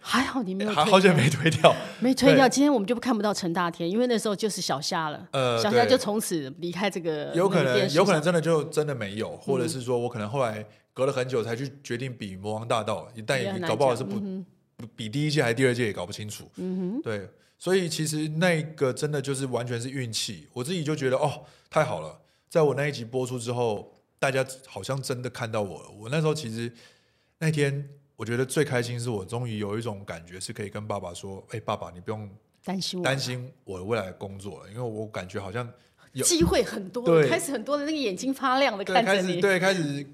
Speaker 1: 还好你没有
Speaker 2: 还
Speaker 1: 推
Speaker 2: 好久
Speaker 1: 掉
Speaker 2: 没推掉，
Speaker 1: 没推掉，
Speaker 2: 对
Speaker 1: 今天我们就看不到陈大天，因为那时候就是小虾了，
Speaker 2: 呃
Speaker 1: 小虾
Speaker 2: 对
Speaker 1: 就从此离开这个
Speaker 2: 有可
Speaker 1: 那个电
Speaker 2: 能
Speaker 1: 视
Speaker 2: 有可
Speaker 1: 上
Speaker 2: 能
Speaker 1: 嗯
Speaker 2: 真的就真的没有，或者是说我可能后来隔了很久才去决定比魔王大道，但
Speaker 1: 也
Speaker 2: 也
Speaker 1: 很难
Speaker 2: 搞不好
Speaker 1: 讲嗯
Speaker 2: 是不不比第一届还是第二届也搞不清楚。嗯哼，对，所以其实那个真的就是完全是运气。我自己就觉得哦，太好了，在我那一集播出之后，大家好像真的看到我了。我那时候其实那天我觉得最开心是我终于有一种感觉是可以跟爸爸说，哎、爸爸，你不用
Speaker 1: 担心我
Speaker 2: 担心我的未来的工作了，因为我感觉好像有
Speaker 1: 机会很多，
Speaker 2: 对
Speaker 1: 开始很多的那个眼睛发亮的
Speaker 2: 对，
Speaker 1: 看
Speaker 2: 开
Speaker 1: 着
Speaker 2: 始
Speaker 1: 你，
Speaker 2: 对开始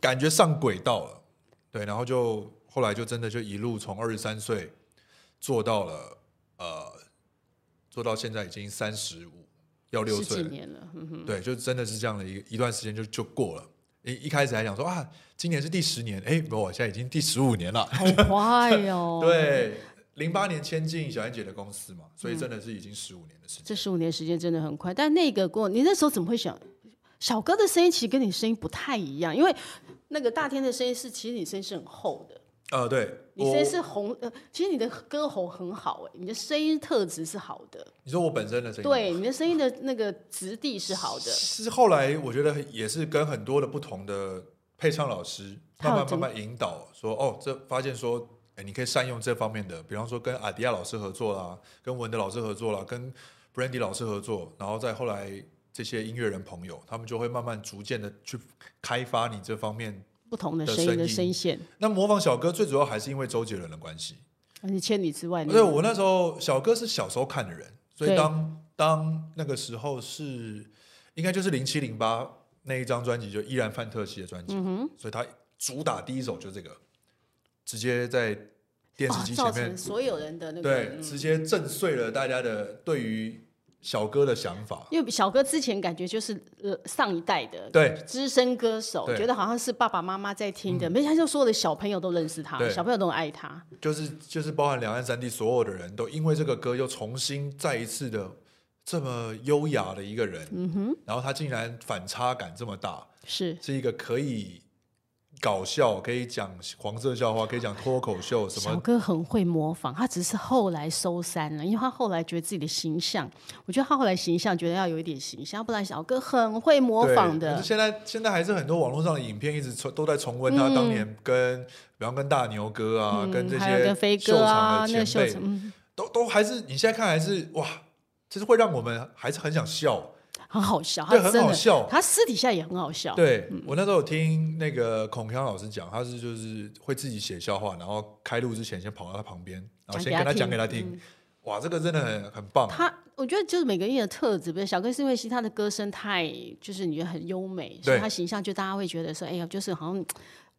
Speaker 2: 感觉上轨道了，对，然后就后来就真的就一路从二十三岁做到了呃，做到现在已经三十五要六
Speaker 1: 十
Speaker 2: 岁
Speaker 1: 几
Speaker 2: 了，
Speaker 1: 年了，嗯哼，
Speaker 2: 对，就真的是这样的一一段时间就就过了。一一开始还想说啊，今年是第十年，哎，我现在已经第十五年了。，，
Speaker 1: 好 快哦
Speaker 2: 对，零八年签进小燕姐的公司嘛，所以真的是已经十五年的时间。
Speaker 1: 嗯这十五年时间真的很快。但那个过，你那时候怎么会想？小哥的声音其实跟你声音不太一样，因为那个大天的声音是，其实你声音是很厚的，
Speaker 2: 呃，对，
Speaker 1: 你
Speaker 2: 我
Speaker 1: 声音是红，呃，其实你的歌喉很好、哎，你的声音特质是好的，
Speaker 2: 你说我本身的声音吗，
Speaker 1: 对，你的声音的那个质地是好的，
Speaker 2: 是后来我觉得也是跟很多的不同的配唱老师
Speaker 1: 他
Speaker 2: 慢
Speaker 1: 有
Speaker 2: 慢慢
Speaker 1: 怎么
Speaker 2: 慢引导说，哦，这发现说，哎，你可以善用这方面的，比方说跟阿迪亚老师合作啦，跟文德老师合作啦，跟 Brandy 老师合作，然后再后来这些音乐人朋友，他们就会慢慢逐渐的去开发你这方面。
Speaker 1: 不同的
Speaker 2: 的
Speaker 1: 声音
Speaker 2: 声
Speaker 1: 的
Speaker 2: 音
Speaker 1: 声线，
Speaker 2: 那模仿小哥最主要还是因为周杰伦的关系，
Speaker 1: 而且千里之外，
Speaker 2: 对我那时候小哥是小时候看的人，所以
Speaker 1: 对
Speaker 2: 当当那个时候是应该就是零七零八那一张专辑，就依然范特西的专辑，
Speaker 1: 嗯
Speaker 2: 所以他主打第一首就这个，直接在电视
Speaker 1: 哦
Speaker 2: 机
Speaker 1: 造
Speaker 2: 前面，
Speaker 1: 成所有人的那个嗯
Speaker 2: 对，直接震碎了大家的对于小哥的想法。
Speaker 1: 因为小哥之前感觉就是呃上一代的
Speaker 2: 对
Speaker 1: 资深歌手，
Speaker 2: 对嗯
Speaker 1: 觉得好像是爸爸妈妈在听的，没想到所有的小朋友都认识他，
Speaker 2: 对
Speaker 1: 小朋友都爱他，
Speaker 2: 就是就是包含两岸三地所有的人都因为这个歌又重新再一次的这么优雅的一个人，
Speaker 1: 嗯
Speaker 2: 然后他竟然反差感这么大，
Speaker 1: 是。
Speaker 2: 是一个可以搞笑，可以讲黄色笑话，可以讲脱口秀什
Speaker 1: 小
Speaker 2: 么。
Speaker 1: 哥很会模仿，他只是后来收山了，因为他后来觉得自己的形象，我觉得他后来形象觉得要有一点形象，不然小哥很会模
Speaker 2: 对
Speaker 1: 仿
Speaker 2: 可
Speaker 1: 的
Speaker 2: 是。现在现在还是很多网络上的影片一直重都在重温他当年跟，比方跟大牛哥啊，跟这
Speaker 1: 嗯还有
Speaker 2: 些
Speaker 1: 跟飞
Speaker 2: 秀
Speaker 1: 哥啊那
Speaker 2: 场，的
Speaker 1: 个
Speaker 2: 前
Speaker 1: 秀
Speaker 2: 辈，
Speaker 1: 场，嗯，
Speaker 2: 都都还是你现在看还是哇，就是会让我们还是很想笑。
Speaker 1: 很好笑，他
Speaker 2: 对
Speaker 1: 真
Speaker 2: 很
Speaker 1: 的
Speaker 2: 好笑
Speaker 1: 他私底下也很好笑。
Speaker 2: 对、我那时候有听那个孔锵老师讲，他是就是会自己写笑话，然后开录之前先跑到他旁边，然后
Speaker 1: 讲
Speaker 2: 先
Speaker 1: 给
Speaker 2: 跟
Speaker 1: 他
Speaker 2: 他
Speaker 1: 听
Speaker 2: 讲
Speaker 1: 嗯
Speaker 2: 给他听。哇，这个真的很很棒。
Speaker 1: 他，我觉得就是每个人的特质，比如小哥是因为其实他的歌声太，就是你觉得很优美，所以
Speaker 2: 对
Speaker 1: 他形象就大家会觉得说，哎呀，就是好像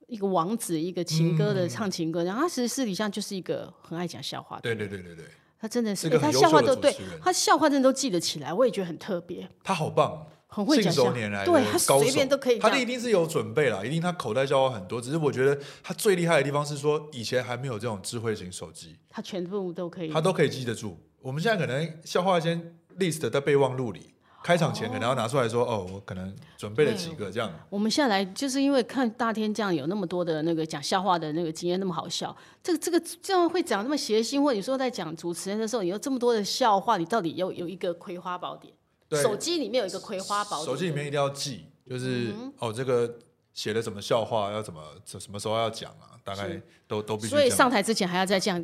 Speaker 1: 一个王子，一个情歌
Speaker 2: 嗯
Speaker 1: 的、唱情歌，然后他其实私底下就是一个很爱讲笑话的，
Speaker 2: 对对对对对，
Speaker 1: 他真的是，
Speaker 2: 是个
Speaker 1: 哎他
Speaker 2: 很优
Speaker 1: 笑话
Speaker 2: 秀的
Speaker 1: 都
Speaker 2: 主
Speaker 1: 对
Speaker 2: 持人，
Speaker 1: 他笑话真的都记得起来，我也觉得很特别，
Speaker 2: 他好棒哦。
Speaker 1: 很会
Speaker 2: 信
Speaker 1: 讲
Speaker 2: 手
Speaker 1: 笑，
Speaker 2: 拈来的
Speaker 1: 对他
Speaker 2: 高
Speaker 1: 随便
Speaker 2: 手
Speaker 1: 都可以
Speaker 2: 他
Speaker 1: 这
Speaker 2: 的一
Speaker 1: 样。
Speaker 2: 定是有准备啦，一定他口袋笑话很多。只是我觉得他最厉害的地方是说，以前还没有这种智慧型手机，
Speaker 1: 他全部都可以
Speaker 2: 他，都可以记得住。我们现在可能笑话先 list 在备忘录里，开场前可能要拿出来
Speaker 1: 嗯
Speaker 2: 说，哦，我可能准备了几个这样。
Speaker 1: 我们下来就是因为看大天这样有那么多的那个讲笑话的那个经验，那么好笑，这个这个这样会讲那么谐星，或者你说在讲主持人的时候，你有这么多的笑话，你到底有有一个葵花宝典？
Speaker 2: 对
Speaker 1: 手机里面有一个葵花宝典，
Speaker 2: 手机里面一定要记，
Speaker 1: 嗯
Speaker 2: 就是、哦，这个写了什么笑话，要怎么什什么时候要讲啊，大概
Speaker 1: 是
Speaker 2: 都都必须
Speaker 1: 所
Speaker 2: 这
Speaker 1: 以
Speaker 2: 样。
Speaker 1: 上台之前还要再这样，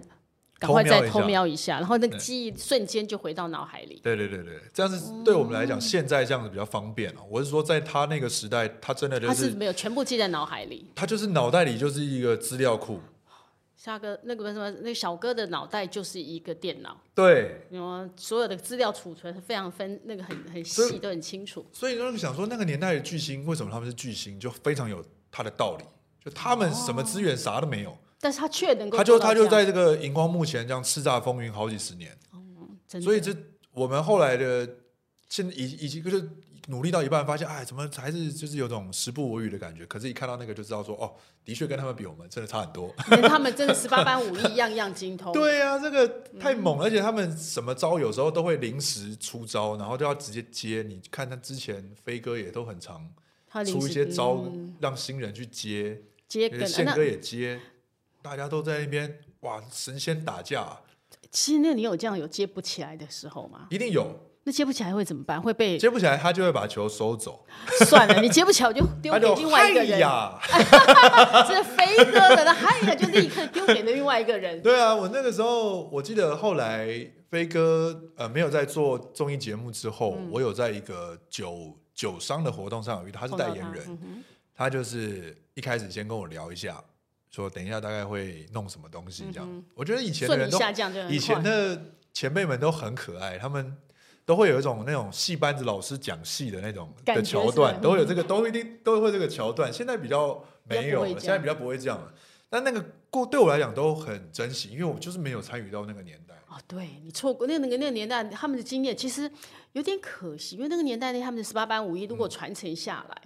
Speaker 1: 赶
Speaker 2: 偷
Speaker 1: 快
Speaker 2: 瞄
Speaker 1: 再
Speaker 2: 一
Speaker 1: 偷
Speaker 2: 下
Speaker 1: 瞄一下，然后那个
Speaker 2: 对
Speaker 1: 记忆瞬间就回到脑海里。
Speaker 2: 对对对对，这样子对我们来讲，现在这样子比较方便哦。我是说，在他那个时代，他真的就
Speaker 1: 他是没有全部记在脑海里。
Speaker 2: 他就是脑袋里就是一个资料库，
Speaker 1: 下个那个什么，那个小哥的脑袋就是一个电脑，
Speaker 2: 对，
Speaker 1: 然后所有的资料储存是非常分那个很很
Speaker 2: 所以
Speaker 1: 细，都很清楚。
Speaker 2: 所以那个想说那个年代的巨星为什么他们是巨星，就非常有他的道理，就他们什么资源啥都没有，
Speaker 1: 但是他却哦能够
Speaker 2: 他就
Speaker 1: 做到
Speaker 2: 他就
Speaker 1: 这样
Speaker 2: 在这个荧光幕前这样叱咤风云好几十年，
Speaker 1: 真的
Speaker 2: 所以这我们后来的现已已经就是努力到一半，发现哎，怎么还是就是有种时不我与的感觉，可是一看到那个就知道说哦，的确跟他们比，我们真的差很多。
Speaker 1: 因为他们真的十八般武艺，样样精通。
Speaker 2: 对啊，这个太猛
Speaker 1: 嗯
Speaker 2: 了，而且他们什么招有时候都会临时出招，然后就要直接接。你看他之前飞哥也都很常
Speaker 1: 他临
Speaker 2: 出
Speaker 1: 时
Speaker 2: 一些招
Speaker 1: 嗯，
Speaker 2: 让新人去接，
Speaker 1: 接梗。呃
Speaker 2: 宪
Speaker 1: 那
Speaker 2: 哥也接，大家都在那边哇神仙打架，
Speaker 1: 其实那你有这样有接不起来的时候吗？
Speaker 2: 一定有
Speaker 1: 那接不起来会怎么办？会被
Speaker 2: 嗯接不起来，他就会把球收走，
Speaker 1: 算了，你接不起来我就丢
Speaker 2: 他
Speaker 1: 给
Speaker 2: 就
Speaker 1: 另外一个
Speaker 2: 哎嗨
Speaker 1: 人。
Speaker 2: 呀，
Speaker 1: 这飞哥的，那嗨呀就立刻丢给了另外一个人。
Speaker 2: 对啊，我那个时候我记得后来飞哥呃没有在做综艺节目之后，
Speaker 1: 嗯
Speaker 2: 我有在一个酒酒商的活动上有遇到，他是
Speaker 1: 碰到
Speaker 2: 代
Speaker 1: 他
Speaker 2: 言人。
Speaker 1: 嗯哼
Speaker 2: 他就是一开始先跟我聊一下，说等一下大概会弄什么东西这样。我觉得以前的
Speaker 1: 嗯顺
Speaker 2: 人
Speaker 1: 利
Speaker 2: 都，
Speaker 1: 下降就很
Speaker 2: 以前
Speaker 1: 快
Speaker 2: 的前辈们都很可爱，他们都会有一种那种戏班子老师讲戏的那种
Speaker 1: 感
Speaker 2: 的
Speaker 1: 觉
Speaker 2: 桥
Speaker 1: 是嗯
Speaker 2: 段，
Speaker 1: 吧
Speaker 2: 都会有这个，都一定都会这个桥段。现在比较没有
Speaker 1: 比较不会这样
Speaker 2: 了，现在比较不会这样了。但那个过对我来讲都很珍惜，因为我就是没有参与到那个年代。
Speaker 1: 哦，对你错过那那个那个年代，他们的经验其实有点可惜，因为那个年代他们的十八般武艺如
Speaker 2: 嗯
Speaker 1: 果传承下来，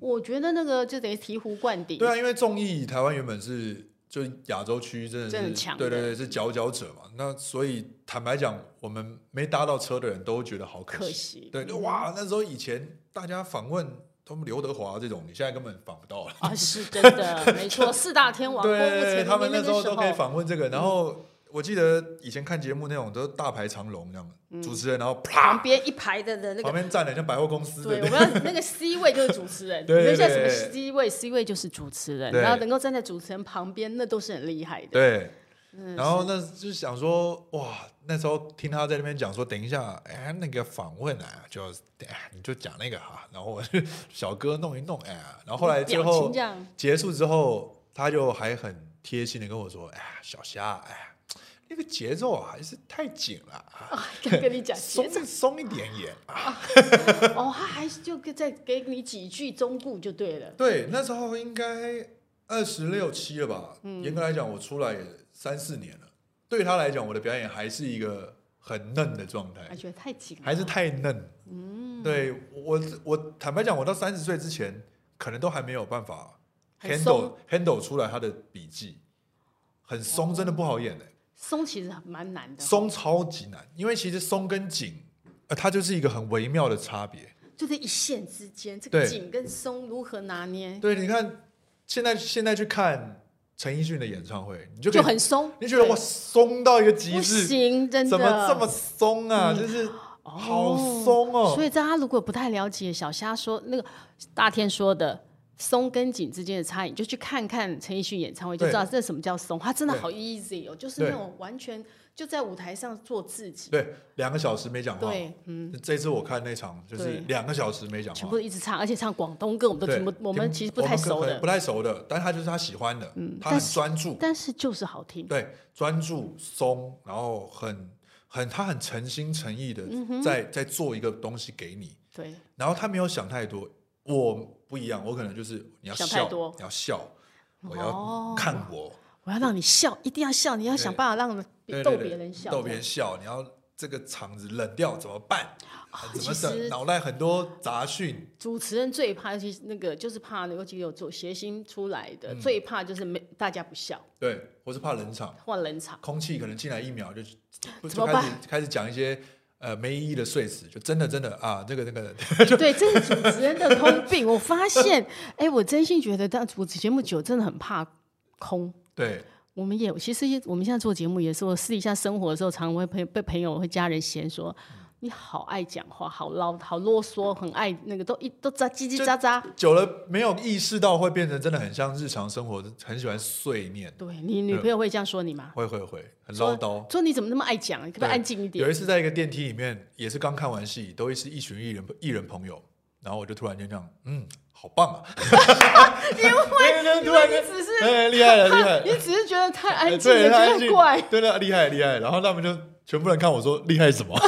Speaker 1: 我觉得那个就等于醍醐灌顶。
Speaker 2: 对啊，因为综艺台湾原本是就亚洲区真的
Speaker 1: 真的
Speaker 2: 是
Speaker 1: 很强
Speaker 2: 对对
Speaker 1: 的
Speaker 2: 对，是佼佼者嘛。那所以坦白讲，我们没搭到车的人都觉得好可
Speaker 1: 可
Speaker 2: 惜。
Speaker 1: 惜，
Speaker 2: 对，就哇，那时候以前大家访问他们刘德华这种，你现在根本访不到了。
Speaker 1: 啊，是真的，没错，四大天王郭富
Speaker 2: 对，
Speaker 1: 城
Speaker 2: 他们
Speaker 1: 那
Speaker 2: 那
Speaker 1: 个
Speaker 2: 时候
Speaker 1: 时嗯
Speaker 2: 都可以访问这个。然后我记得以前看节目那种都是大排长龙这样，主持人然后
Speaker 1: 旁
Speaker 2: 啪
Speaker 1: 边一排的嗯的那
Speaker 2: 旁
Speaker 1: 个。
Speaker 2: 边站了像百货公司
Speaker 1: 对，
Speaker 2: 的那
Speaker 1: 我们要那个 C 位就是主持 人，
Speaker 2: 对
Speaker 1: 你们现在什
Speaker 2: 对
Speaker 1: 么
Speaker 2: 对
Speaker 1: C 位？C 位就是主持人，
Speaker 2: 对
Speaker 1: 然后能够站在主持人旁边，那都是很厉害的。
Speaker 2: 对。
Speaker 1: 嗯
Speaker 2: 然后那就想说，哇，那时候听他在那边讲说，等一下，哎，那个访问啊，就哎，你就讲那个哈、然后我就小哥弄一弄，哎，然后后来
Speaker 1: 嗯
Speaker 2: 最
Speaker 1: 表情
Speaker 2: 后
Speaker 1: 这样，
Speaker 2: 结束之后，他就还很贴心的跟我说，哎，小虾，哎，那个节奏啊还是太紧了啊，
Speaker 1: 跟跟你 讲，
Speaker 2: 松
Speaker 1: 哦节奏
Speaker 2: 松一点也啊。
Speaker 1: 哦，他还是就再给你几句忠固就对了。
Speaker 2: 对，那时候应该二十六七了吧？
Speaker 1: 嗯
Speaker 2: 严格来讲，我出来也三四年了。对他来讲，我的表演还是一个很嫩的状态
Speaker 1: 还，觉得太紧了，
Speaker 2: 还是太嫩。嗯，对我，我坦白讲，我到三十岁之前，可能都还没有办法
Speaker 1: 很
Speaker 2: handle handle 出来他的笔记，很松，真的不好
Speaker 1: 哦
Speaker 2: 演的、
Speaker 1: 松，其实蛮难的。
Speaker 2: 松超级难，因为其实松跟紧，呃，它就是一个很微妙的差别。
Speaker 1: 就是一线之间，这个
Speaker 2: 对
Speaker 1: 紧跟松如何拿捏，
Speaker 2: 对，你看，现在现在去看陈奕迅的演唱会，你就可
Speaker 1: 就
Speaker 2: 以
Speaker 1: 很松。
Speaker 2: 你觉得
Speaker 1: 对
Speaker 2: 哇，松到一个极
Speaker 1: 不
Speaker 2: 致，
Speaker 1: 行，真的嗯哦
Speaker 2: 怎么这么松啊？就是好松哦。
Speaker 1: 所以大家如果不太了解小虾说那个大天说的松跟紧之间的差异，你就去看看陈奕迅演唱会，就
Speaker 2: 对
Speaker 1: 知道这什么叫松。他真的
Speaker 2: 对
Speaker 1: 好 easy 哦，就是
Speaker 2: 对
Speaker 1: 那种完全就在舞台上做自己。
Speaker 2: 对，两个小时没讲话。
Speaker 1: 对，嗯，
Speaker 2: 这次我看那场就是
Speaker 1: 对
Speaker 2: 两个小时没讲
Speaker 1: 全
Speaker 2: 话
Speaker 1: 部，一直唱，而且唱广东歌，我们都
Speaker 2: 对，
Speaker 1: 听不，我们其实不
Speaker 2: 我
Speaker 1: 太
Speaker 2: 可
Speaker 1: 熟
Speaker 2: 可
Speaker 1: 的
Speaker 2: 能不，太熟的，但是他就是他喜欢的，他
Speaker 1: 但
Speaker 2: 很
Speaker 1: 是
Speaker 2: 专注，
Speaker 1: 但是就是好听。
Speaker 2: 对，专注松，然后很很他很诚心诚意的
Speaker 1: 嗯
Speaker 2: 在在做一个东西给你，
Speaker 1: 对，
Speaker 2: 然后他没有想太多，我不一样，我可能就是你要
Speaker 1: 想
Speaker 2: 笑
Speaker 1: 太多，
Speaker 2: 你要笑，
Speaker 1: 哦
Speaker 2: 我要看我。
Speaker 1: 我要让你笑，一定要笑，你要想办法让
Speaker 2: 对
Speaker 1: 逗
Speaker 2: 对对
Speaker 1: 别人笑。
Speaker 2: 逗别人笑，你要这个场子冷掉怎么办？怎么
Speaker 1: 啊其实
Speaker 2: 整？脑袋很多杂讯，
Speaker 1: 主持人最怕，尤其是那个就是怕，尤其有做谐星出来
Speaker 2: 嗯
Speaker 1: 的，最怕就是没大家不笑，
Speaker 2: 对，我是怕冷场，
Speaker 1: 换冷场。
Speaker 2: 空气可能进来一秒就就
Speaker 1: 怎么
Speaker 2: 就
Speaker 1: 办
Speaker 2: 开始开始讲一些呃没意义的碎词，就真的真的啊，这个这个，
Speaker 1: 对，这是主持人的通病。我发现，哎，我真心觉得当主持节目久，真的很怕空。
Speaker 2: 对
Speaker 1: 我们也其实也我们现在做节目也是，我私底下生活的时候，常常会朋被朋友会家人嫌说。你好爱讲话，好唠，好啰嗦，很爱那个都一都喳叽叽喳喳。
Speaker 2: 久了没有意识到会变成真的很像日常生活，很喜欢碎念，
Speaker 1: 对你女朋友会这样说你吗？
Speaker 2: 会会会很
Speaker 1: 说
Speaker 2: 嗯唠叨。
Speaker 1: 说你怎么那么爱讲？可不可以
Speaker 2: 对
Speaker 1: 安静一点
Speaker 2: 有？一次在一个电梯里面，也是刚看完戏，都是一群艺人艺人朋友，然后我就突然间这样，嗯，好棒 啊！因为突然间
Speaker 1: 因为你只是
Speaker 2: 哎，厉害了，厉害了
Speaker 1: 你，只是觉得太安
Speaker 2: 哎
Speaker 1: 静
Speaker 2: 对，
Speaker 1: 了，
Speaker 2: 太
Speaker 1: 觉
Speaker 2: 安
Speaker 1: 得
Speaker 2: 静
Speaker 1: 怪。
Speaker 2: 对的，厉害厉害。然后他们就全部人看我说厉害什么，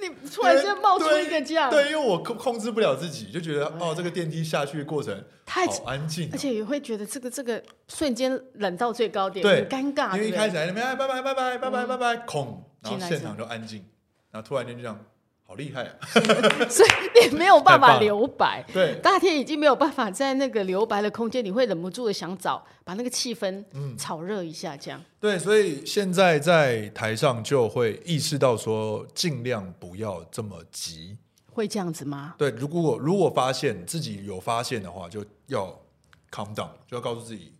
Speaker 1: 你 突然间冒出一个这样，
Speaker 2: 对，对因为我控控制不了自己，就觉得哦，这个电梯下去的过程
Speaker 1: 太
Speaker 2: 好安静哦
Speaker 1: 而。且也会觉得这个这个瞬间冷到最高点，
Speaker 2: 对
Speaker 1: 很，尴尬。
Speaker 2: 因
Speaker 1: 对
Speaker 2: 为一
Speaker 1: 不
Speaker 2: 开
Speaker 1: 对嗯
Speaker 2: 始还在那边哎拜拜拜拜拜拜拜拜，空，然
Speaker 1: 进
Speaker 2: 后
Speaker 1: 来
Speaker 2: 现场就安静，然后突然间就这样，好厉害啊！
Speaker 1: 所以你没有办
Speaker 2: 太棒
Speaker 1: 法
Speaker 2: 了
Speaker 1: 留白。
Speaker 2: 对
Speaker 1: 大天已经没有办法在那个留白的空间，你会忍不住的想找把那个气氛
Speaker 2: 嗯
Speaker 1: 炒热一下，这样。
Speaker 2: 对，所以现在在台上就会意识到说，尽量不要这么急。
Speaker 1: 会这样子吗？
Speaker 2: 对，如果如果发现自己有发现的话，就要 calm down，就要告诉自己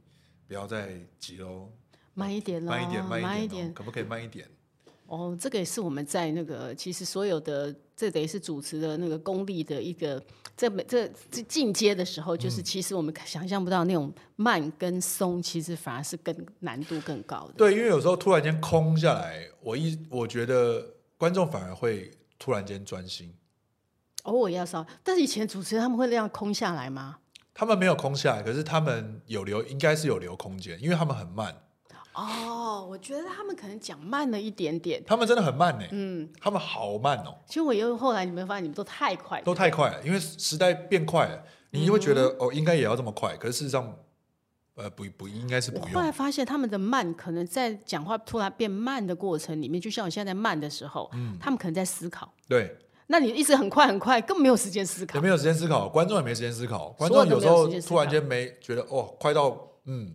Speaker 2: 不要再急喽，
Speaker 1: 慢一点咯，
Speaker 2: 慢一点，哦慢一点
Speaker 1: 哦慢
Speaker 2: 咯，
Speaker 1: 一点。
Speaker 2: 可不可以慢一点？
Speaker 1: 哦，这个也是我们在那个，其实所有的这等于是主持的那个功力的一个，这每这这进阶的时候，
Speaker 2: 嗯
Speaker 1: 就是其实我们想象不到那种慢跟松，其实反而是更难度更高的。
Speaker 2: 对，因为有时候突然间空下来，我一我觉得观众反而会突然间专心，
Speaker 1: 偶尔要稍，但是以前主持人他们会那样空下来吗？
Speaker 2: 他们没有空下来，可是他们有留，应该是有留空间，因为他们很慢。
Speaker 1: 哦，哦，我觉得他们可能讲慢了一点点。
Speaker 2: 他们真的很慢呢、
Speaker 1: 嗯，
Speaker 2: 他们好慢哦、
Speaker 1: 其实我又后来你们发现你们都太快了，
Speaker 2: 都太快了，因为时代变快了，你就会觉得、
Speaker 1: 嗯
Speaker 2: 哦，应该也要这么快，可是事实上，呃，不不应该是
Speaker 1: 我
Speaker 2: 不
Speaker 1: 后来
Speaker 2: 用，
Speaker 1: 发现他们的慢，可能在讲话突然变慢的过程里面，就像我现在在慢的时候，
Speaker 2: 嗯
Speaker 1: 他们可能在思考。
Speaker 2: 对，
Speaker 1: 那你一直很快很快，根本没有时间思考
Speaker 2: 也。没有时间思考，观众也没时间思考，观
Speaker 1: 所有
Speaker 2: 众
Speaker 1: 人都
Speaker 2: 有
Speaker 1: 没
Speaker 2: 时
Speaker 1: 有
Speaker 2: 候
Speaker 1: 时间思考
Speaker 2: 突然间没觉得哦，快到嗯，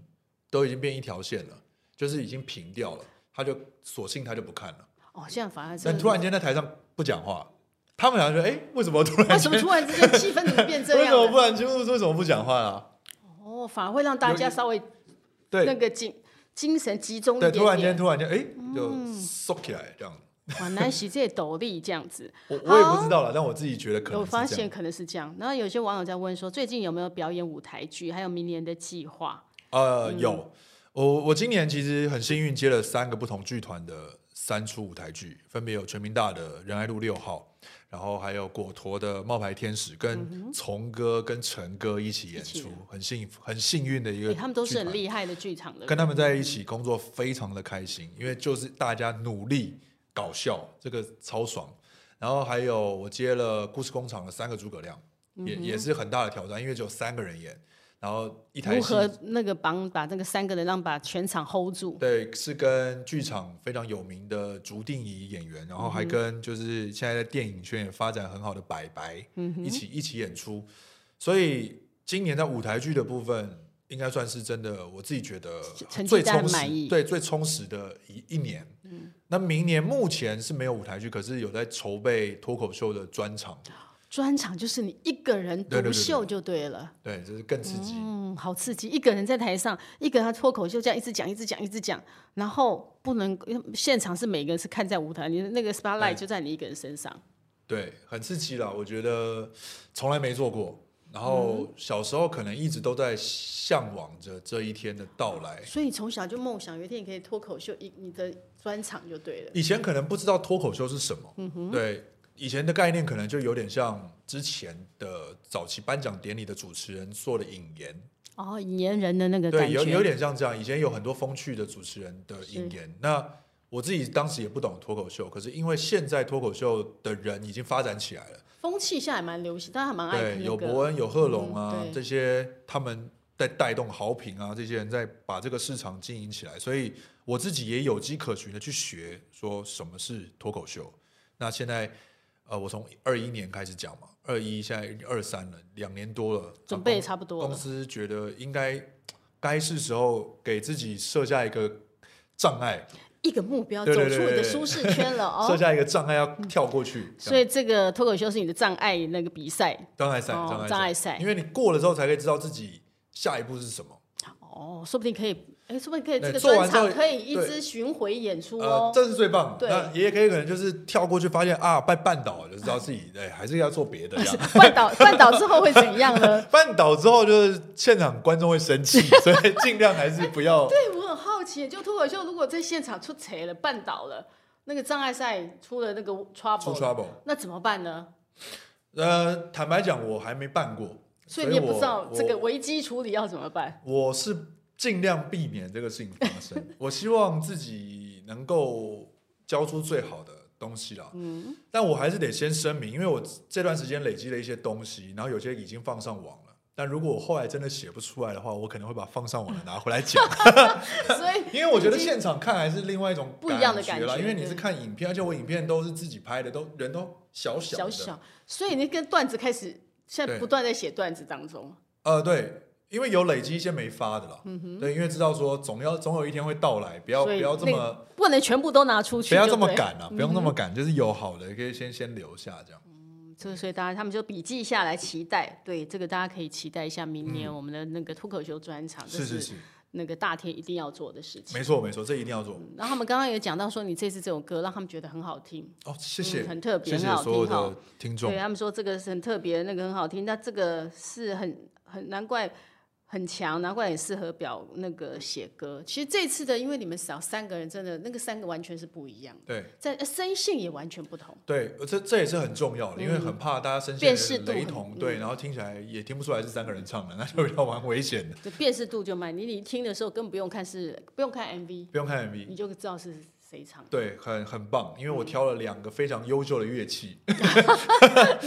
Speaker 2: 都已经变一条线了，就是已经平掉了，他就索性他就不看了，
Speaker 1: 哦，现在反而是
Speaker 2: 但突然间在台上不讲话，他们俩说，哎，为什么突然
Speaker 1: 为
Speaker 2: 间
Speaker 1: 什么突然之间气氛怎么变这
Speaker 2: 为什么
Speaker 1: 样
Speaker 2: 不
Speaker 1: 了？
Speaker 2: 然就为什么不讲话啊？
Speaker 1: 哦，反而会让大家稍微那
Speaker 2: 对
Speaker 1: 个精精神集中一
Speaker 2: 对，
Speaker 1: 点嗯
Speaker 2: 突然间
Speaker 1: 点。
Speaker 2: 突然间哎，就缩起来这样，
Speaker 1: 哇，南喜这斗笠这样子，
Speaker 2: 我我也不知道了，但我自己觉得可能
Speaker 1: 我
Speaker 2: 是这
Speaker 1: 啊发
Speaker 2: 样
Speaker 1: 现可能是这样。然后有些网友在问说，最近有没有表演舞台剧，还有明年的计划？
Speaker 2: 呃，
Speaker 1: 嗯
Speaker 2: 有我我今年其实很幸运接了三个不同剧团的三出舞台剧，分别有全民大的仁爱路六号，然后还有果陀的冒牌天使跟从哥跟陈哥一起演
Speaker 1: 嗯一起
Speaker 2: 出，很幸很幸运的一个
Speaker 1: 诶，他们都是
Speaker 2: 剧
Speaker 1: 很
Speaker 2: 团
Speaker 1: 厉害的剧场的人，
Speaker 2: 跟他们在一起工作非常的开心，因为就是大家努力搞笑，这个超爽。然后还有我接了故事工厂的三个诸葛亮，也
Speaker 1: 嗯
Speaker 2: 也是很大的挑战，因为只有三个人演，然后一台
Speaker 1: 如
Speaker 2: 戏
Speaker 1: 何那个帮把那个三个人让把全场 hold 住？
Speaker 2: 对，是跟剧场非常有名的竹定仪演员，然后
Speaker 1: 嗯
Speaker 2: 还跟就是现在在电影圈也发展很好的白白，
Speaker 1: 嗯
Speaker 2: 一起一起演出。所以今年在舞台剧的部分，应该算是真的，我自己觉得
Speaker 1: 成绩
Speaker 2: 最
Speaker 1: 单
Speaker 2: 充
Speaker 1: 满意嗯
Speaker 2: 实，对，最充实的一一年。那明年目前是没有舞台剧，可是有在筹备脱口秀的专场，
Speaker 1: 专场就是你一个人
Speaker 2: 对对
Speaker 1: 独
Speaker 2: 对对
Speaker 1: 秀就对了。
Speaker 2: 对，这是更刺激。
Speaker 1: 嗯，好刺激！一个人在台上，一个人他脱口秀这样一直讲，一直讲，一直讲，然后不能因为现场是每个人是看在舞台，你的那个 spotlight
Speaker 2: 对
Speaker 1: 就在你一个人身上。
Speaker 2: 对，很刺激啦，我觉得从来没做过。
Speaker 1: 嗯
Speaker 2: 然后小时候可能一直都在向往着这一天的到来。
Speaker 1: 所以从小就梦想有一天你可以脱口秀，一你的专场就对了。
Speaker 2: 以前可能不知道脱口秀是什么，
Speaker 1: 嗯
Speaker 2: 对，以前的概念可能就有点像之前的早期颁奖典礼的主持人做的引言，
Speaker 1: 哦，引言人的那个感
Speaker 2: 对，
Speaker 1: 觉，
Speaker 2: 有有点像这样。以前有很多风趣的主持人的引言，那我自己当时也不懂脱口秀，可是因为现在脱口秀的人已经发展起来了。
Speaker 1: 风气现在蛮流行，大家还蛮爱听、那个。
Speaker 2: 对，有伯恩、有贺龙啊，
Speaker 1: 嗯对
Speaker 2: 这些他们在带动好评啊，这些人在把这个市场经营起来，所以我自己也有迹可循的去学说什么是脱口秀。那现在呃，我从二一年开始讲嘛，二一现在二三了，两年多了，
Speaker 1: 准备也
Speaker 2: 公
Speaker 1: 差不多
Speaker 2: 公
Speaker 1: 了。
Speaker 2: 司觉得应该该是时候给自己设下一个障碍，
Speaker 1: 一个目标，走
Speaker 2: 对
Speaker 1: 出
Speaker 2: 对对
Speaker 1: 你的
Speaker 2: 对对
Speaker 1: 舒适圈了
Speaker 2: 设
Speaker 1: 哦。
Speaker 2: 下一个障碍要跳过去。这样
Speaker 1: 所以这个脱口秀是你的障碍那个比赛
Speaker 2: 障碍赛，
Speaker 1: 哦
Speaker 2: 障碍
Speaker 1: 障碍赛
Speaker 2: 赛，因为你过了之后才可以知道自己下一步是什么。
Speaker 1: 哦，说不定可以，哎，说不定可以这
Speaker 2: 对
Speaker 1: 个
Speaker 2: 做
Speaker 1: 专
Speaker 2: 完之后
Speaker 1: 场可以一
Speaker 2: 对
Speaker 1: 直巡回演出
Speaker 2: 呃
Speaker 1: 哦，。
Speaker 2: 这是最棒的。
Speaker 1: 对
Speaker 2: 那也可以可能就是跳过去发现啊，被绊倒了，就知道自己哎还是要做别的这样。
Speaker 1: 半 岛半岛之后会怎样呢？
Speaker 2: 绊倒之后就是现场观众会生气，所以尽量还是不要。
Speaker 1: 对我很好奇，就脱口秀如果在现场出贼了、绊倒了，那个障碍赛出了那个 trouble，
Speaker 2: 出 trouble
Speaker 1: 那怎么办呢？
Speaker 2: 呃，坦白讲，我还没办过，
Speaker 1: 所
Speaker 2: 所
Speaker 1: 以你也不
Speaker 2: 我
Speaker 1: 知道这个
Speaker 2: 我
Speaker 1: 危机处理要怎么办。
Speaker 2: 我是尽量避免这个事情发 生。我希望自己能够交出最好的东西啦。嗯，但我还是得先声明，因为我这段时间累积了一些东西，然后有些已经放上网了。但如果我后来真的写不出来的话，我可能会把放上网的拿回来 讲，
Speaker 1: 所以
Speaker 2: 因为我觉得现场看还是另外一种
Speaker 1: 不一样的
Speaker 2: 感
Speaker 1: 感
Speaker 2: 啦。
Speaker 1: 觉
Speaker 2: 因为你
Speaker 1: 对
Speaker 2: 是看影片，而且我影片都是自己拍的，都人都小小
Speaker 1: 小
Speaker 2: 的。
Speaker 1: 小，所以那跟段子开始，现在
Speaker 2: 对
Speaker 1: 不断在写段子当中。
Speaker 2: 呃，对，因为有累积一些没发的啦。对，因为知道说总要总有一天会到来，不要
Speaker 1: 嗯所以
Speaker 2: 不要这
Speaker 1: 那
Speaker 2: 么。
Speaker 1: 不能全部都拿出去，
Speaker 2: 不要这么
Speaker 1: 对了，嗯
Speaker 2: 赶啊，不用那么赶，就是有好的可以先先留下这样。
Speaker 1: 就是所以大家他们就笔记下来，期待对这个大家可以期待一下明年我们的那个脱口秀专场，这
Speaker 2: 嗯是是是，
Speaker 1: 那个大天一定要做的事情。
Speaker 2: 没错没错，这一定要做。
Speaker 1: 然后他们刚刚也讲到说，你这次这首歌让他们觉得很好听，
Speaker 2: 哦，谢谢，
Speaker 1: 嗯很特别
Speaker 2: 谢谢
Speaker 1: 很好
Speaker 2: 所有
Speaker 1: 听哦
Speaker 2: 的听众
Speaker 1: 对。他们说这个是很特别，那个很好听，那这个是很很难怪。很强，难怪很适合表那个写歌。其实这次的，因为你们少三个人，真的那个三个完全是不一样，
Speaker 2: 对
Speaker 1: 在呃声线也完全不同。
Speaker 2: 对，这这也是很重要的，因为很怕大家声
Speaker 1: 嗯辨识
Speaker 2: 线
Speaker 1: 度
Speaker 2: 雷
Speaker 1: 很
Speaker 2: 同，
Speaker 1: 嗯
Speaker 2: 对，然后听起来也听不出来是三个人唱的，那 就比较蛮危险的。
Speaker 1: 就辨识度就慢，你你听的时候根本不用看是不用看 MV，
Speaker 2: 不用看 MV，
Speaker 1: 你就知道是谁唱。
Speaker 2: 对，很很棒，因为我挑了两个非常优秀的乐器，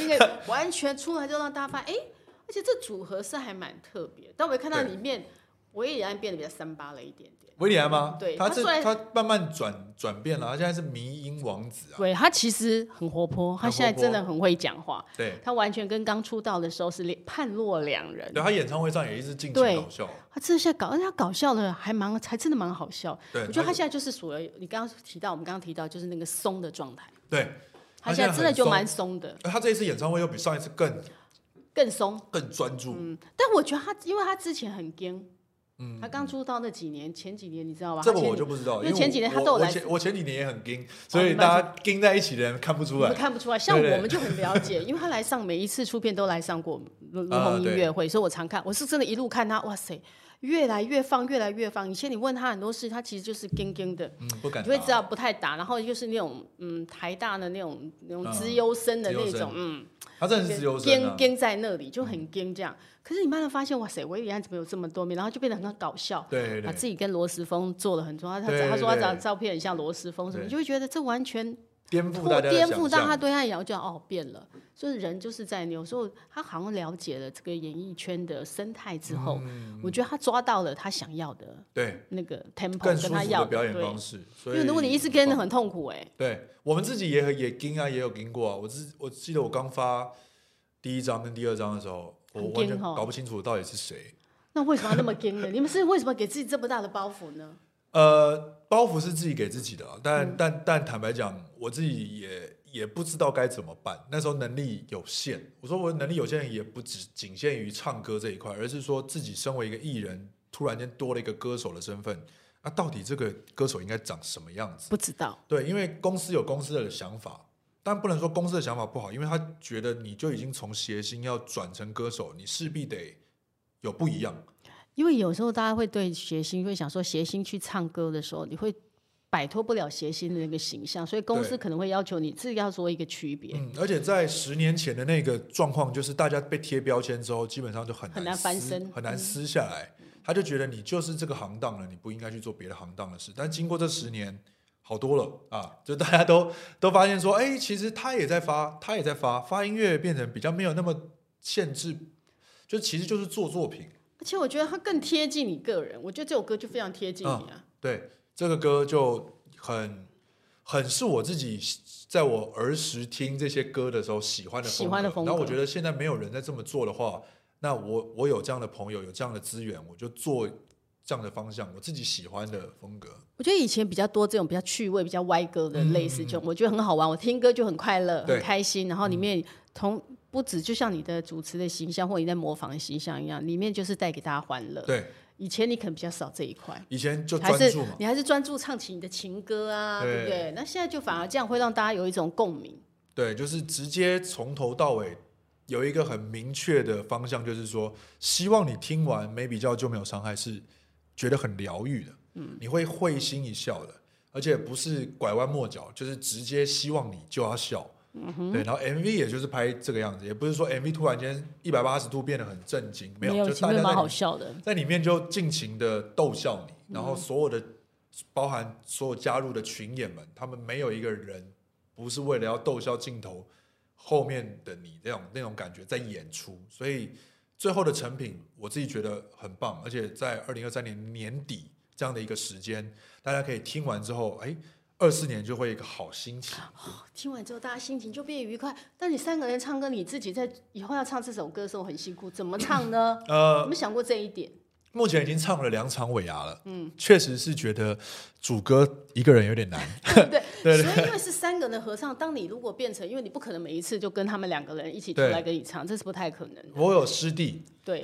Speaker 1: 那个 完全出来就让大家发现，哎、而且这组合是还蛮特别。但我一看到
Speaker 2: 对
Speaker 1: 里面，维也安变得比较三八了一点点。
Speaker 2: 威廉吗？
Speaker 1: 对
Speaker 2: 他
Speaker 1: 他
Speaker 2: 这
Speaker 1: 虽然
Speaker 2: 他慢慢转转变了，他现在是迷音王子啊，
Speaker 1: 对他其实很活泼，他
Speaker 2: 很活
Speaker 1: 现在真的
Speaker 2: 泼
Speaker 1: 很会讲话，
Speaker 2: 对，
Speaker 1: 他完全跟刚出道的时候是两判若两人。
Speaker 2: 对他演唱会上也一直尽情
Speaker 1: 对
Speaker 2: 搞笑，
Speaker 1: 他真的现在搞，而且他搞笑的还蛮，还真的蛮好笑。
Speaker 2: 对
Speaker 1: 我觉得
Speaker 2: 他
Speaker 1: 他现在就是属于你刚刚提到，我们刚刚提到就是那个松的状态，
Speaker 2: 对，
Speaker 1: 他
Speaker 2: 现
Speaker 1: 现在真的
Speaker 2: 很
Speaker 1: 就
Speaker 2: 松
Speaker 1: 蛮松的，
Speaker 2: 他这一次演唱会又比上一次更
Speaker 1: 更松。
Speaker 2: 更专注，
Speaker 1: 嗯，但我觉得他，因为他之前很硬，嗯，他刚出道那几年，前几年你知道吧？
Speaker 2: 这
Speaker 1: 他
Speaker 2: 个
Speaker 1: 前
Speaker 2: 我
Speaker 1: 几
Speaker 2: 就不知道，
Speaker 1: 因为
Speaker 2: 因为
Speaker 1: 前几年他
Speaker 2: 我
Speaker 1: 都有
Speaker 2: 我
Speaker 1: 来哦
Speaker 2: 前我前几年也很盯，所以
Speaker 1: 你们
Speaker 2: 大家盯在一起的人看不出
Speaker 1: 我们
Speaker 2: 来，
Speaker 1: 看不出来，像
Speaker 2: 对对
Speaker 1: 我们就很了解，因为他来上每一次出片都来上过卢卢
Speaker 2: 啊
Speaker 1: 红音乐会，所以我常看，我是真的一路看他，哇塞，越来越放，越来越放。以前你问他很多事，他其实就是硬硬的，
Speaker 2: 嗯，不敢
Speaker 1: 你
Speaker 2: 打，
Speaker 1: 就会知道不太打，然后就是那种嗯台大的那种那种
Speaker 2: 嗯
Speaker 1: 资优生的
Speaker 2: 资优
Speaker 1: 那
Speaker 2: 生
Speaker 1: 种，嗯，
Speaker 2: 他真的是自由生
Speaker 1: 跟
Speaker 2: 啊，嗯
Speaker 1: 跟在那里就很跟这样。可是你慢慢发现，哇塞，维里安怎么有这么多面？然后就变得很搞笑，
Speaker 2: 对对
Speaker 1: 把
Speaker 2: 对
Speaker 1: 自己跟罗斯峰做了很重要。他
Speaker 2: 对
Speaker 1: 他说他
Speaker 2: 对
Speaker 1: 找照片很像罗斯峰什么，
Speaker 2: 对
Speaker 1: 你就会觉得这完全
Speaker 2: 颠覆
Speaker 1: 突
Speaker 2: 大家的
Speaker 1: 颠
Speaker 2: 想
Speaker 1: 覆到
Speaker 2: 象
Speaker 1: 他对他的了解，哦，变了。所以人就是在有时候他好像了解了这个演艺圈的生态之后，
Speaker 2: 嗯
Speaker 1: 我觉得他抓到了他想要的
Speaker 2: 对
Speaker 1: 那个 tempo，
Speaker 2: 更舒
Speaker 1: 哦跟
Speaker 2: 服
Speaker 1: 他要
Speaker 2: 的表演
Speaker 1: 对
Speaker 2: 方式，所
Speaker 1: 因
Speaker 2: 以
Speaker 1: 为如果你一直跟
Speaker 2: 很
Speaker 1: 着
Speaker 2: 棒
Speaker 1: 很痛苦哎、
Speaker 2: 对我们自己也很也盯啊，也有盯过啊。我自我记得我刚发第一张跟第二张的时候，我
Speaker 1: 很
Speaker 2: 完全
Speaker 1: 硬哦
Speaker 2: 搞不清楚到底是谁。
Speaker 1: 那为什么要那么跟呢？你们是为什么给自己这么大的包袱 呢？
Speaker 2: 呃，包袱是自己给自己的啊，但、但但坦白讲，我自己也也不知道该怎么办。那时候能力有限，我说我能力有限也不只仅限于唱歌这一块，而是说自己身为一个艺人，突然间多了一个歌手的身份，那、到底这个歌手应该长什么样子？
Speaker 1: 不知道，
Speaker 2: 对，因为公司有公司的想法，但不能说公司的想法不好，因为他觉得你就已经从谐星要转成歌手，你势必得有不一样。
Speaker 1: 因为有时候大家会对谐星会想说，谐星去唱歌的时候，你会摆脱不了谐星的那个形象，所以公司
Speaker 2: 对
Speaker 1: 可能会要求你自己要做一个区别，
Speaker 2: 嗯，而且在十年前的那个状况，就是大家被贴标签之后，基本上就很
Speaker 1: 很难
Speaker 2: 撕
Speaker 1: 翻身嗯
Speaker 2: 很难撕下来。他就觉得你就是这个行当了，你不应该去做别的行当的事。但经过这十年，好多了啊，就大家都 都发现说，哎、其实他也在发，他也在发，发音乐变成比较没有那么限制，就其实就是做作品。
Speaker 1: 而且我觉得它更贴近你个人。我觉得这首歌就非常贴近你
Speaker 2: 哦
Speaker 1: 啊。
Speaker 2: 对，这个歌就很很是我自己在我儿时听这些歌的时候喜欢的
Speaker 1: 喜欢的风格
Speaker 2: 然后我觉得现在没有人在这么做的话，那我我有这样的朋友，有这样的资源，我就做这样的方向，我自己喜欢的风格。
Speaker 1: 我觉得以前比较多这种比较趣味、比较歪歌的类似这种，我觉得很好玩。我听歌就很快乐、
Speaker 2: 嗯对嗯
Speaker 1: 很开心，然后里面同不止就像你的主持的形象或你在模仿的形象一样，里面就是带给大家欢乐。
Speaker 2: 对，
Speaker 1: 以前你可能比较少这一块。
Speaker 2: 以前就
Speaker 1: 还
Speaker 2: 专
Speaker 1: 是
Speaker 2: 注嘛，
Speaker 1: 你还是专注唱起你的情歌啊，
Speaker 2: 对
Speaker 1: 对不对？那现在就反而这样会让大家有一种共鸣。
Speaker 2: 对，就是直接从头到尾。有一个很明确的方向，就是说，希望你听完没比较就没有伤害，是觉得很疗愈的，嗯，你会会心一笑的，而且不是拐弯抹角，就是直接希望你就要笑，嗯哼，对，然后 MV 也就是拍这个样子，也不是说 MV 突然间一百八十度变得很震惊，没有，就
Speaker 1: 前
Speaker 2: 大
Speaker 1: 面
Speaker 2: 家在
Speaker 1: 蛮
Speaker 2: 里
Speaker 1: 好
Speaker 2: 面
Speaker 1: 笑的。
Speaker 2: 在里面就尽情的逗笑你，然后所有的、包含所有加入的群演们，他们没有一个人不是为了要逗笑镜头后面的你那种那种感觉在演出，所以最后的成品我自己觉得很棒，而且在二零二三年年底这样的一个时间，大家可以听完之后，哎，二四年就会有一个好心情。
Speaker 1: 听完之后，大家心情就变愉快。但你三个人唱歌，你自己在以后要唱这首歌的时候很辛苦，怎么唱呢？
Speaker 2: 呃
Speaker 1: 有，没有想过这一点？
Speaker 2: 目前已经唱了两场尾牙了，嗯，确实是觉得主歌一个人有点难，
Speaker 1: 对不对？
Speaker 2: 对
Speaker 1: 所以因为是三个人合唱，当你如果变成，因为你不可能每一次就跟他们两个人一起出
Speaker 2: 对
Speaker 1: 来跟你唱，这是不太可能的。
Speaker 2: 我有师弟。
Speaker 1: 对，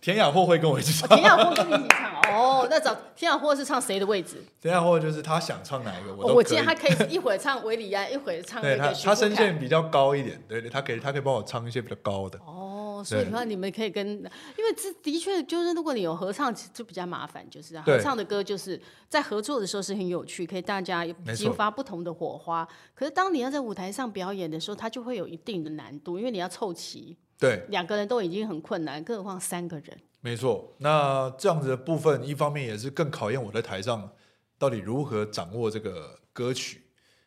Speaker 2: 田雅霍会跟我一起
Speaker 1: 哦
Speaker 2: 唱。
Speaker 1: 田雅霍跟你一起唱哦，那找田雅霍是唱谁的位置？
Speaker 2: 田雅霍就是他想唱哪一个，我
Speaker 1: 哦
Speaker 2: 都
Speaker 1: 我
Speaker 2: 可
Speaker 1: 记
Speaker 2: 以。
Speaker 1: 得他可以一会儿唱维里安，一会儿唱那
Speaker 2: 对他
Speaker 1: 个徐
Speaker 2: 他
Speaker 1: 福
Speaker 2: 声
Speaker 1: 凯。
Speaker 2: 线比较高一点，对对，他可以他可以帮我唱一些比较高的。
Speaker 1: 哦，哦，所以
Speaker 2: 对
Speaker 1: 的话你们可以跟，因为这的确就是，如果你有合唱，其实就比较麻烦，就是
Speaker 2: 对
Speaker 1: 合唱的歌就是在合作的时候是很有趣，可以大家
Speaker 2: 没错
Speaker 1: 激发不同的火花。可是当你要在舞台上表演的时候，它就会有一定的难度，因为你要凑齐
Speaker 2: 对，
Speaker 1: 两个人都已经很困难，更何况三个人。
Speaker 2: 没错，那这样子的部分，一方面也是更考验我在台上到底如何掌握这个歌曲。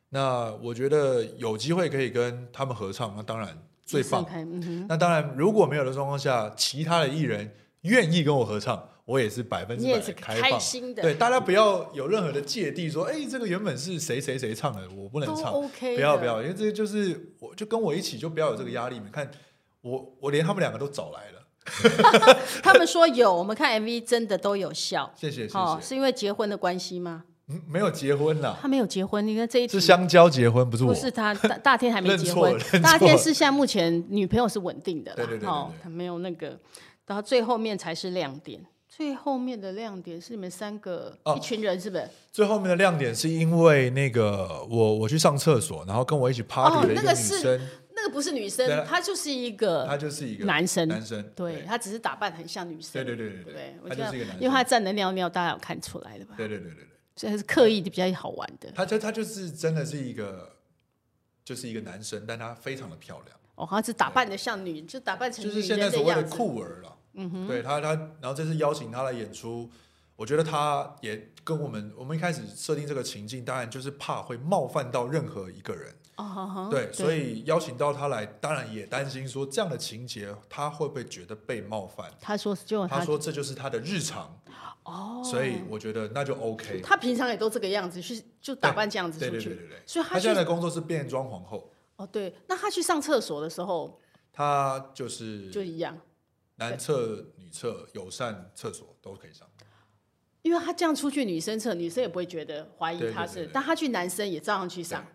Speaker 2: 那我觉得有机会可以跟他们合唱，那当然最棒。
Speaker 1: 开，嗯哼，
Speaker 2: 那当然，如果没有的状况下，其他的艺人愿意跟我合唱，我也是百分之
Speaker 1: 你
Speaker 2: 百
Speaker 1: 也
Speaker 2: 地
Speaker 1: 是
Speaker 2: 开
Speaker 1: 开
Speaker 2: 放。
Speaker 1: 心的，
Speaker 2: 对，大家不要有任何的芥蒂，说，哎、这个原本是谁谁谁唱的，我不能
Speaker 1: 都
Speaker 2: 唱。
Speaker 1: OK，
Speaker 2: 不要
Speaker 1: 的
Speaker 2: 不，要，因为这就是我就跟我一起，就不要有这个压力。你看，我我连他们两个都找来了，
Speaker 1: 他们说有，我们看 MV 真的都有笑。
Speaker 2: 谢谢谢谢。
Speaker 1: 哦，是因为结婚的关系吗？
Speaker 2: 嗯，没有结婚啦，
Speaker 1: 他没有结婚，你看这一题
Speaker 2: 是香蕉结婚，不是我。
Speaker 1: 不是他大大天还没
Speaker 2: 认
Speaker 1: 结
Speaker 2: 错了
Speaker 1: 婚
Speaker 2: 认错，了
Speaker 1: 大天是现在目前女朋友是稳定的啦，
Speaker 2: 对对对对
Speaker 1: 哦
Speaker 2: 对，
Speaker 1: 他没有那个，然后最后面才是亮点，最后面的亮点是你们三个、
Speaker 2: 哦
Speaker 1: 一群人是不是？
Speaker 2: 最后面的亮点是因为那个我我去上厕所，然后跟我一起 party 的一
Speaker 1: 哦那
Speaker 2: 个
Speaker 1: 个
Speaker 2: 女
Speaker 1: 是
Speaker 2: 生，
Speaker 1: 那个不是女
Speaker 2: 对
Speaker 1: 生
Speaker 2: 啊，
Speaker 1: 她就是一个
Speaker 2: 她就是一个
Speaker 1: 男生，
Speaker 2: 男生，
Speaker 1: 对，她只是打扮很像女生，
Speaker 2: 对对对对
Speaker 1: 对
Speaker 2: 对
Speaker 1: 我
Speaker 2: 她
Speaker 1: 觉得
Speaker 2: 就是一个男生
Speaker 1: 因为她站的尿尿，大家有看出来了吧？
Speaker 2: 对对对对对，
Speaker 1: 所以是刻意的比较好玩的。
Speaker 2: 他就他就是真的是一个就是一个男生，但他非常的漂亮，
Speaker 1: 哦，她是打扮的像女，就打扮成
Speaker 2: 就
Speaker 1: 女
Speaker 2: 是现在
Speaker 1: 人的
Speaker 2: 所谓的
Speaker 1: 样子。
Speaker 2: 酷儿了。嗯哼，对他他，然后这次邀请他来演出，我觉得他也跟我们我们一开始设定这个情境，当然就是怕会冒犯到任何一个人。
Speaker 1: 哦，好好
Speaker 2: 对，所以邀请到他来，当然也担心说这样的情节他会不会觉得被冒犯。
Speaker 1: 她说就
Speaker 2: 他
Speaker 1: 她
Speaker 2: 说这就是他的日常，
Speaker 1: 哦，
Speaker 2: 所以我觉得那就 OK。
Speaker 1: 她平常也都这个样子，去就打扮这样子
Speaker 2: 对
Speaker 1: 出
Speaker 2: 对
Speaker 1: 去
Speaker 2: 对。对对，
Speaker 1: 所以
Speaker 2: 他
Speaker 1: 他去
Speaker 2: 现在的工作是变装皇后，
Speaker 1: 哦，对，那他去上厕所的时候
Speaker 2: 他就是
Speaker 1: 就一样，
Speaker 2: 男厕、女厕、友善厕所都可以上。
Speaker 1: 因为他这样出去女生厕，女生也不会觉得怀
Speaker 2: 对
Speaker 1: 疑
Speaker 2: 对
Speaker 1: 他
Speaker 2: 对
Speaker 1: 是，
Speaker 2: 对
Speaker 1: 但他去男生也照样去
Speaker 2: 对
Speaker 1: 上，，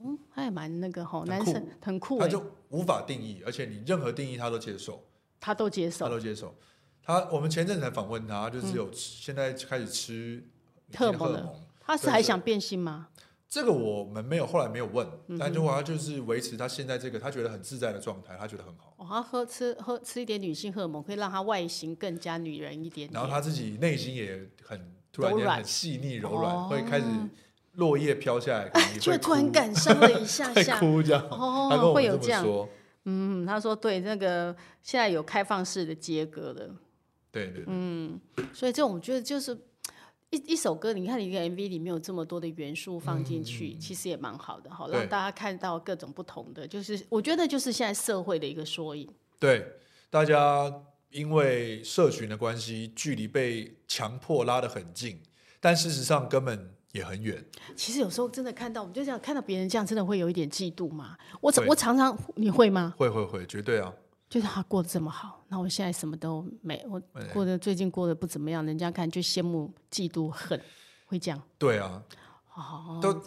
Speaker 1: 嗯，他也蛮那个吼，
Speaker 2: 很
Speaker 1: 男
Speaker 2: 酷
Speaker 1: 生很酷
Speaker 2: 他
Speaker 1: 哎，
Speaker 2: 就无法定义，而且你任何定义他都接受，
Speaker 1: 他都接
Speaker 2: 他
Speaker 1: 受，嗯
Speaker 2: 都接受。他我们前阵子才访问他，就是有吃现在开始吃
Speaker 1: 特
Speaker 2: 荷
Speaker 1: 蒙
Speaker 2: 尔
Speaker 1: 了
Speaker 2: 蒙，
Speaker 1: 他是
Speaker 2: 对
Speaker 1: 还
Speaker 2: 是
Speaker 1: 想变性吗？
Speaker 2: 这个我们没有，后来没有问，
Speaker 1: 嗯
Speaker 2: 但就他就是维持他现在这个他觉得很自在的状态，他觉得很好。
Speaker 1: 哦，他喝吃喝吃一点女性荷尔蒙，可以让他外形更加女人一点
Speaker 2: 然后
Speaker 1: 点。
Speaker 2: 他自己内心也很突然
Speaker 1: 柔
Speaker 2: 间
Speaker 1: 软
Speaker 2: 很细腻柔软，
Speaker 1: 哦
Speaker 2: 会开始落叶飘下来，可能
Speaker 1: 就
Speaker 2: 会
Speaker 1: 突然
Speaker 2: 哭
Speaker 1: 感伤了一下
Speaker 2: 会
Speaker 1: 下，
Speaker 2: 哭这样。
Speaker 1: 哦
Speaker 2: 他跟我
Speaker 1: 会
Speaker 2: 们
Speaker 1: 有这
Speaker 2: 这么
Speaker 1: 样
Speaker 2: 说，
Speaker 1: 嗯，他说对，那个现在有开放式的接歌的，
Speaker 2: 对对对，
Speaker 1: 所以这种我觉得就是一一首歌，你看一个 MV 里面有这么多的元素放进去，其实也蛮好的哈，
Speaker 2: 对
Speaker 1: 让大家看到各种不同的，就是我觉得就是现在社会的一个缩影。
Speaker 2: 对，大家因为社群的关系，距离被强迫拉得很近，但事实上根本也很远。
Speaker 1: 其实有时候真的看到，我们就想看到别人这样，真的会有一点嫉妒嘛。我常
Speaker 2: 会
Speaker 1: 我常常你会吗？
Speaker 2: 会会会，绝对啊，
Speaker 1: 就是他过得这么好，那我现在什么都没，我
Speaker 2: 哎
Speaker 1: 过得最近过得不怎么样，人家看就羡慕、嫉妒、恨，会这样。
Speaker 2: 对啊，
Speaker 1: 哦，
Speaker 2: 都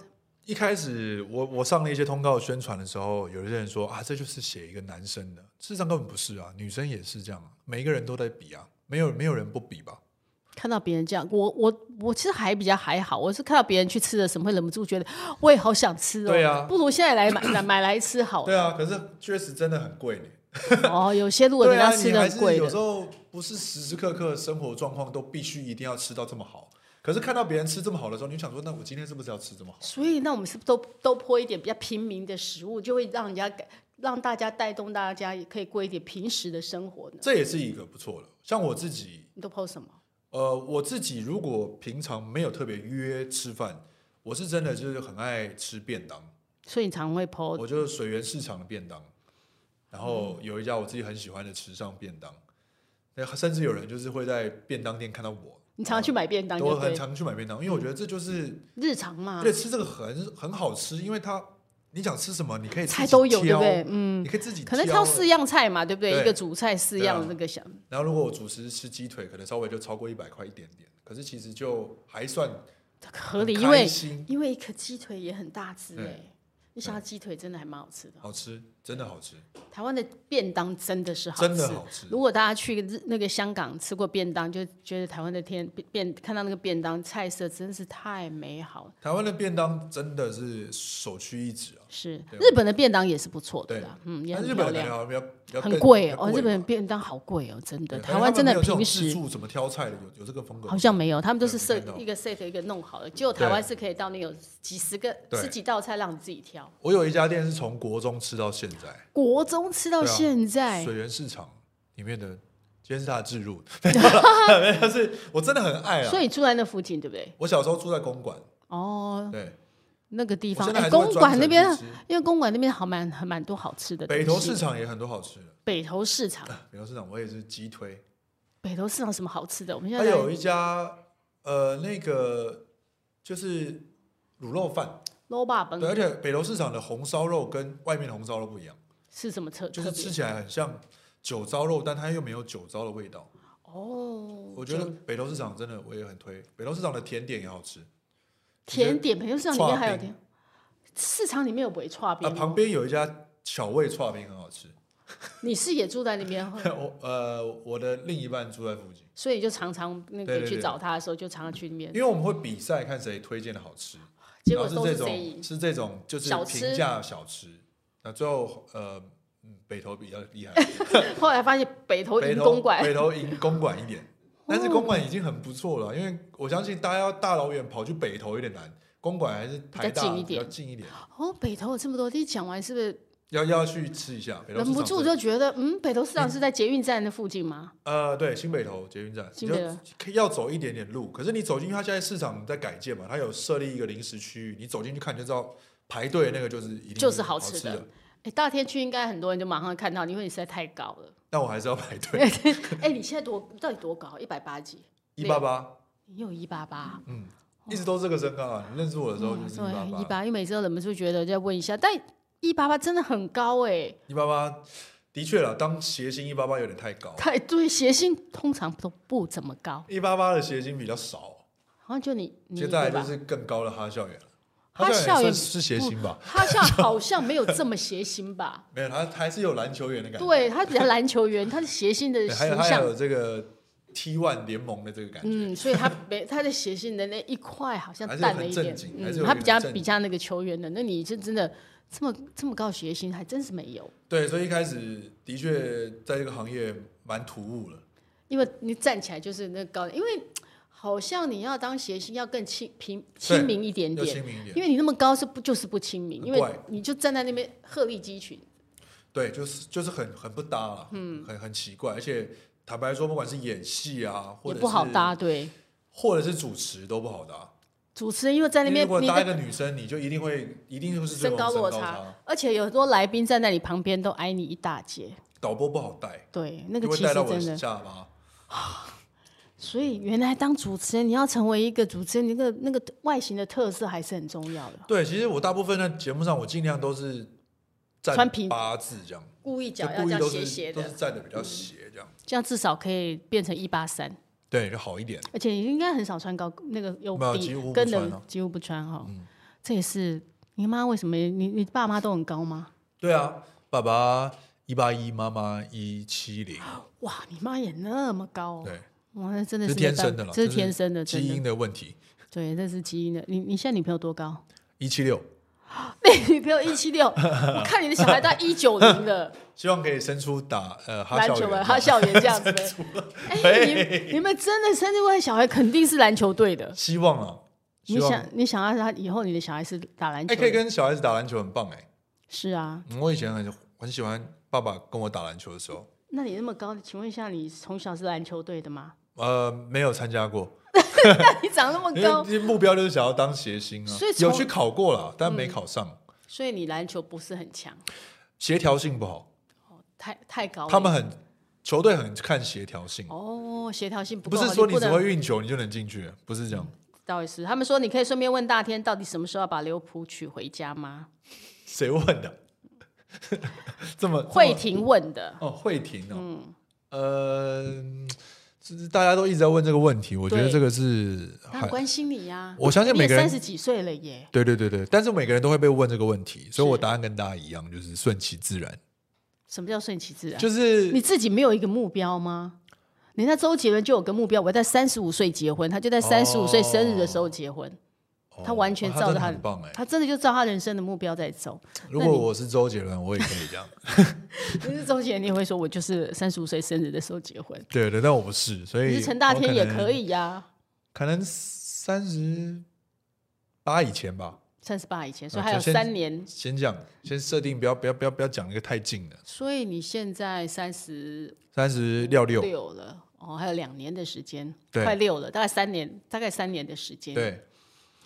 Speaker 2: 一开始我我上了一些通告宣传的时候，有些人说啊，这就是写一个男生的，事实上根本不是啊，女生也是这样啊，每一个人都在比啊，没有没有人不比吧？
Speaker 1: 看到别人这样，我我我其实还比较还好，我是看到别人去吃了什么，会忍不住觉得我也好想吃哦。
Speaker 2: 对啊
Speaker 1: 不如现在来买来买来吃好
Speaker 2: 对
Speaker 1: 了。
Speaker 2: 啊，可是确实真的很贵呢。
Speaker 1: 哦，有些如果
Speaker 2: 对
Speaker 1: 人
Speaker 2: 啊，
Speaker 1: 家
Speaker 2: 你
Speaker 1: 吃的
Speaker 2: 还
Speaker 1: 很
Speaker 2: 是
Speaker 1: 贵
Speaker 2: 有
Speaker 1: 的
Speaker 2: 时，候不是时时刻刻生活状况都必须一定要吃到这么好。可是看到别人吃这么好的时候，你就想说，那我今天是不是要吃这么好？
Speaker 1: 所以那我们是不是都都泼一点比较平民的食物，就会让人家感让大家带动大家也可以过一点平时的生活呢？
Speaker 2: 这也是一个不错的。像我自己，
Speaker 1: 你都泼什么？
Speaker 2: 呃，我自己如果平常没有特别约吃饭，我是真的就是很爱吃便当，
Speaker 1: 所以你常会泼
Speaker 2: 我就水源市场的便当，然后有一家我自己很喜欢的池上便当，那甚至有人就是会在便当店看到我，
Speaker 1: 你常常去买便当
Speaker 2: 我
Speaker 1: 就
Speaker 2: 很
Speaker 1: 对，
Speaker 2: 常去买便当，因为我觉得这就是
Speaker 1: 日常嘛
Speaker 2: 而，且吃这个很很好吃，因为它你想吃什么，你可以自己
Speaker 1: 菜都有对
Speaker 2: 挑
Speaker 1: 不对？嗯，
Speaker 2: 你可以自己
Speaker 1: 可能
Speaker 2: 挑
Speaker 1: 挑四样菜嘛，对不对？
Speaker 2: 对
Speaker 1: 一个主菜四
Speaker 2: 对啊
Speaker 1: 样的那个想，
Speaker 2: 然后如果我主食吃鸡腿，可能稍微就超过一百块一点点，可是其实就还算
Speaker 1: 合理，
Speaker 2: 很
Speaker 1: 因为
Speaker 2: 开心
Speaker 1: 因为一颗鸡腿也很大只哎、
Speaker 2: 对
Speaker 1: 欸，你想要鸡腿真的还蛮好吃的。
Speaker 2: 好吃。真的好吃，
Speaker 1: 台湾的便当真的是好吃，
Speaker 2: 真的好吃。
Speaker 1: 如果大家去日那个香港吃过便当，就觉得台湾的天便看到那个便当菜色真是太美好了。
Speaker 2: 台湾的便当真的是首屈一指啊！
Speaker 1: 是
Speaker 2: 对
Speaker 1: 日本的便当也是不错的啦，嗯，也
Speaker 2: 但
Speaker 1: 很
Speaker 2: 日
Speaker 1: 漂
Speaker 2: 本的
Speaker 1: 亮，
Speaker 2: 料比较比较
Speaker 1: 很
Speaker 2: 更
Speaker 1: 贵
Speaker 2: 比较
Speaker 1: 哦。日
Speaker 2: 嘛
Speaker 1: 本便当好贵哦，真的。
Speaker 2: 对
Speaker 1: 台
Speaker 2: 而且
Speaker 1: 湾
Speaker 2: 他们
Speaker 1: 真
Speaker 2: 没
Speaker 1: 的
Speaker 2: 有这种
Speaker 1: 平
Speaker 2: 自
Speaker 1: 时
Speaker 2: 助怎么挑菜的，有有这个风格吗？
Speaker 1: 好像没有，他们都是
Speaker 2: 对没
Speaker 1: set
Speaker 2: 看到
Speaker 1: 一个 set 一个弄好了，只有台
Speaker 2: 对
Speaker 1: 湾是可以到那有几十个
Speaker 2: 对
Speaker 1: 十几道菜让你自己挑。
Speaker 2: 我有一家店是从国中吃到现在，
Speaker 1: 国中吃到
Speaker 2: 对啊
Speaker 1: 现在，
Speaker 2: 水源市场里面的监视塔 置入，没有啦没有但是我真的很爱
Speaker 1: 所
Speaker 2: 啊。
Speaker 1: 以住在那附近对不对？
Speaker 2: 我小时候住在公馆，
Speaker 1: 哦，
Speaker 2: 对，
Speaker 1: 那个地
Speaker 2: 我
Speaker 1: 方，
Speaker 2: 现在
Speaker 1: 哎
Speaker 2: 还是会
Speaker 1: 公
Speaker 2: 专
Speaker 1: 馆
Speaker 2: 程
Speaker 1: 那边
Speaker 2: 去吃，
Speaker 1: 因为公馆那边好蛮还蛮多好吃的东西。
Speaker 2: 北投市场也很多好吃的。
Speaker 1: 北投市 场，
Speaker 2: 北投市场我也是鸡推，
Speaker 1: 北投市场什么好吃的？我们现
Speaker 2: 它
Speaker 1: 在来
Speaker 2: 有一家呃那个就是卤肉饭，
Speaker 1: 捞霸
Speaker 2: 对，而
Speaker 1: 本
Speaker 2: 且北投市场的红烧肉跟外面的红烧肉不一样，
Speaker 1: 是什么特
Speaker 2: 就
Speaker 1: 特
Speaker 2: 是吃
Speaker 1: 别？
Speaker 2: 起来很像酒糟肉，但它又没有酒糟的味道。
Speaker 1: 哦，
Speaker 2: 我觉得
Speaker 1: 就
Speaker 2: 北投市场真的我也很推，北投市场的甜点也好吃
Speaker 1: 甜点，北投市场里面还有
Speaker 2: 刨冰
Speaker 1: 甜，市场里面有不会串
Speaker 2: 啊。
Speaker 1: 冰
Speaker 2: 旁
Speaker 1: 吗？
Speaker 2: 边有一家巧味串冰很好吃，
Speaker 1: 你是也住在那 边，
Speaker 2: 我呃我的另一半住在附近，
Speaker 1: 所以就常常那
Speaker 2: 对
Speaker 1: 个
Speaker 2: 对
Speaker 1: 去
Speaker 2: 对
Speaker 1: 找他的时候，就常常去那边
Speaker 2: 因，为我们会比赛看谁推荐的好吃，
Speaker 1: 结
Speaker 2: 然
Speaker 1: 果
Speaker 2: 后
Speaker 1: 都
Speaker 2: 是
Speaker 1: 是
Speaker 2: 这
Speaker 1: 谁赢
Speaker 2: 种？是这种就是
Speaker 1: 小吃
Speaker 2: 平价小吃，那最后呃嗯北投比较 厉害，
Speaker 1: 后来发现北投
Speaker 2: 北
Speaker 1: 赢
Speaker 2: 投
Speaker 1: 公馆，哦
Speaker 2: 北投赢公馆一 点，但是公馆已经很不错了，啊因为我相信大家要大老远跑去北投有点难，公馆还是台
Speaker 1: 比较
Speaker 2: 大
Speaker 1: 近一
Speaker 2: 比较
Speaker 1: 点
Speaker 2: 近一点，
Speaker 1: 哦，北投有这么多，你讲完是不是
Speaker 2: 要要去吃一下。北投市
Speaker 1: 忍不
Speaker 2: 场
Speaker 1: 住
Speaker 2: 真的
Speaker 1: 就觉得，嗯，北投市场是在捷运站的附近吗？
Speaker 2: 呃，对，新北投捷运站，
Speaker 1: 嗯新
Speaker 2: 你就
Speaker 1: 北投
Speaker 2: 可以要走一点点路，可是你走进去，它现在市场在改建嘛，它有设立一个临时区域，你走进去看你就知道，排队那个就是一定
Speaker 1: 就是好
Speaker 2: 好
Speaker 1: 吃
Speaker 2: 吃
Speaker 1: 的。哎，大天区应该很多人就马上看到你，因为你实在太高了。
Speaker 2: 但我还是要排 队，
Speaker 1: 哎，你现在多到底多高？一百八几？
Speaker 2: 一八八，
Speaker 1: 你有一八八？
Speaker 2: 嗯，一直都这个身高啊。你认识我的时候就是一
Speaker 1: 嗯对，一
Speaker 2: 八八，
Speaker 1: 八，因为每次都忍不住觉得要问一下，但一八八真的很高哎，
Speaker 2: 一八八的确了，当斜心一八八有点太高，
Speaker 1: 太对，斜性通常都不怎么高，
Speaker 2: 一八八的斜心比较少。
Speaker 1: 好像就你你
Speaker 2: 接
Speaker 1: 对
Speaker 2: 下来就
Speaker 1: 吧？
Speaker 2: 是更高的哈校园了，
Speaker 1: 哈
Speaker 2: 校园也
Speaker 1: 校园
Speaker 2: 算是斜心吧？
Speaker 1: 他像好像没有这么斜心吧？
Speaker 2: 没有，它还是有篮球员的 感觉，
Speaker 1: 对他比较篮球员，他是斜心的
Speaker 2: 对还有
Speaker 1: 形
Speaker 2: 还
Speaker 1: 象
Speaker 2: 有这个 T one 联盟的这个感觉。
Speaker 1: 嗯，所以他没他的写信的那一块好像
Speaker 2: 还是
Speaker 1: 淡了
Speaker 2: 很
Speaker 1: 一
Speaker 2: 正
Speaker 1: 点
Speaker 2: 经，还
Speaker 1: 嗯，
Speaker 2: 是有
Speaker 1: 他
Speaker 2: 一
Speaker 1: 比
Speaker 2: 个
Speaker 1: 较
Speaker 2: 正
Speaker 1: 比较那个球员的，那你就真的这么这么高学习，还真是没有，
Speaker 2: 对，所以一开始的确在这个行业蛮突兀了。
Speaker 1: 因为你站起来就是那个高，因为好像你要当谐星要更亲平亲民一点
Speaker 2: 要
Speaker 1: 点，
Speaker 2: 亲民一点。
Speaker 1: 因为你那么高是不就是不亲民，
Speaker 2: 很
Speaker 1: 因为
Speaker 2: 怪
Speaker 1: 你就站在那边鹤立鸡群，
Speaker 2: 对，就是就是很很不搭了，嗯，很很奇怪，而且坦白说，不管是演戏啊，或
Speaker 1: 也
Speaker 2: 者
Speaker 1: 不好
Speaker 2: 是，
Speaker 1: 搭对。
Speaker 2: 或者是主持都不好搭。
Speaker 1: 主持人因为在那
Speaker 2: 因为
Speaker 1: 边
Speaker 2: 如果
Speaker 1: 你
Speaker 2: 搭
Speaker 1: 的
Speaker 2: 一个女生，你就一定会一定会是
Speaker 1: 身
Speaker 2: 这种
Speaker 1: 高落
Speaker 2: 差，
Speaker 1: 差，而且有很多来宾站在你旁边都挨你一大截，
Speaker 2: 导播不好带，
Speaker 1: 对，那个
Speaker 2: 就会
Speaker 1: 其
Speaker 2: 带
Speaker 1: 实
Speaker 2: 到我
Speaker 1: 真的
Speaker 2: 的。下巴。
Speaker 1: 所以原来当主持人，你要成为一个主持人，那个那个外形的特色还是很重要的。
Speaker 2: 对，其实我大部分在节目上，我尽量都是
Speaker 1: 穿
Speaker 2: 站
Speaker 1: 平
Speaker 2: 八字这样，
Speaker 1: 故意
Speaker 2: 就
Speaker 1: 脚要
Speaker 2: 故
Speaker 1: 这
Speaker 2: 意
Speaker 1: 样
Speaker 2: 都
Speaker 1: 斜
Speaker 2: 是
Speaker 1: 斜
Speaker 2: 都是
Speaker 1: 的，嗯
Speaker 2: 站的比较斜这样，
Speaker 1: 这样至少可以变成一八三。
Speaker 2: 对，就好一点。
Speaker 1: 而且你应该很少穿高那个有
Speaker 2: 没有
Speaker 1: 比
Speaker 2: 几乎不
Speaker 1: 跟人
Speaker 2: 穿啊
Speaker 1: 几乎不穿哈、这也是你妈为什么你你爸妈都很高吗？
Speaker 2: 对啊，爸爸一八一，妈妈一七零，
Speaker 1: 哇，你妈也那么高、哦，
Speaker 2: 对，
Speaker 1: 哇，那真的
Speaker 2: 这
Speaker 1: 是
Speaker 2: 是天
Speaker 1: 没办
Speaker 2: 生的了，
Speaker 1: 这是
Speaker 2: 就
Speaker 1: 天生的，
Speaker 2: 基
Speaker 1: 真的
Speaker 2: 因的问题。
Speaker 1: 对，这是基因的。你你现在女朋友多高？
Speaker 2: 一七六，
Speaker 1: 你女朋友一七六，我看你的小孩大概一九零了。
Speaker 2: 希望可以生出打呃哈
Speaker 1: 篮
Speaker 2: 校
Speaker 1: 球
Speaker 2: 园
Speaker 1: 的
Speaker 2: 啊，
Speaker 1: 他校园这样子 的。哎，你们你们真的生这位小孩肯定是篮球队的。
Speaker 2: 希望啊，希
Speaker 1: 你
Speaker 2: 望
Speaker 1: 想，你想要他以后你的小孩是打篮球
Speaker 2: 哎，
Speaker 1: 的？
Speaker 2: 可以跟小孩子打篮球很棒哎。
Speaker 1: 是啊，
Speaker 2: 嗯我以前很很喜欢爸爸跟我打篮球的时候，
Speaker 1: 那你那么高，请问一下，你从小是篮球队的吗？
Speaker 2: 呃，没有参加过，
Speaker 1: 你长那么
Speaker 2: 因
Speaker 1: 高，
Speaker 2: 为目标就是想要当谐星啊
Speaker 1: 所以，从嗯
Speaker 2: 有去考过了，但没考上，
Speaker 1: 所以你篮球不是很强，
Speaker 2: 协调性不好，
Speaker 1: 太太高了。
Speaker 2: 他们很球队很看协调性，
Speaker 1: 哦，协调性不
Speaker 2: 不
Speaker 1: 够好，
Speaker 2: 是说
Speaker 1: 你
Speaker 2: 你
Speaker 1: 不
Speaker 2: 只
Speaker 1: 能
Speaker 2: 会运球你就能进去，不是这样。
Speaker 1: 倒也是。他们说你可以顺便问大天，到底什么时候要把刘普娶回家吗？
Speaker 2: 谁问的？ 这么
Speaker 1: 慧婷问的，
Speaker 2: 哦
Speaker 1: 嗯
Speaker 2: 哦，慧婷哦，呃，就是大家都一直在问这个问题，我觉得
Speaker 1: 对
Speaker 2: 这个是
Speaker 1: 他很关心你呀、
Speaker 2: 哎我相信
Speaker 1: 你也
Speaker 2: 每个人
Speaker 1: 三十几岁了耶，
Speaker 2: 对对对对，但是每个人都会被问这个问题，所以
Speaker 1: 是
Speaker 2: 我答案跟大家一样，就是顺其自然。
Speaker 1: 什么叫顺其自然？
Speaker 2: 就是
Speaker 1: 啊你自己没有一个目标吗？你那周杰伦就有个目标，我在三十五岁结婚，他就在三十五岁生日的时候结婚，
Speaker 2: 哦
Speaker 1: 他完全
Speaker 2: 哇
Speaker 1: 照
Speaker 2: 真
Speaker 1: 着
Speaker 2: 的
Speaker 1: 他
Speaker 2: 很棒哎。
Speaker 1: 他真的就照他人生的目标在走。
Speaker 2: 如果我是周杰伦，我也可以这样。
Speaker 1: 可是周杰，伦也会说我就是三十五岁生日的时候结婚，
Speaker 2: 对对，但我不是，所
Speaker 1: 你
Speaker 2: 以
Speaker 1: 是陈大
Speaker 2: 我
Speaker 1: 天也
Speaker 2: 能
Speaker 1: 可，以呀、
Speaker 2: 可能三十八以前吧。
Speaker 1: 三十八以前，所以
Speaker 2: 啊
Speaker 1: 还有
Speaker 2: 就先
Speaker 1: 三年。
Speaker 2: 先讲，先设定，不要不要不要不要讲一个太近的，
Speaker 1: 所以你现在三十
Speaker 2: 三十六六，
Speaker 1: 六了，哦，还有两年的时间，
Speaker 2: 对
Speaker 1: 快六了，大概三年，大概三年的时间，，
Speaker 2: 对，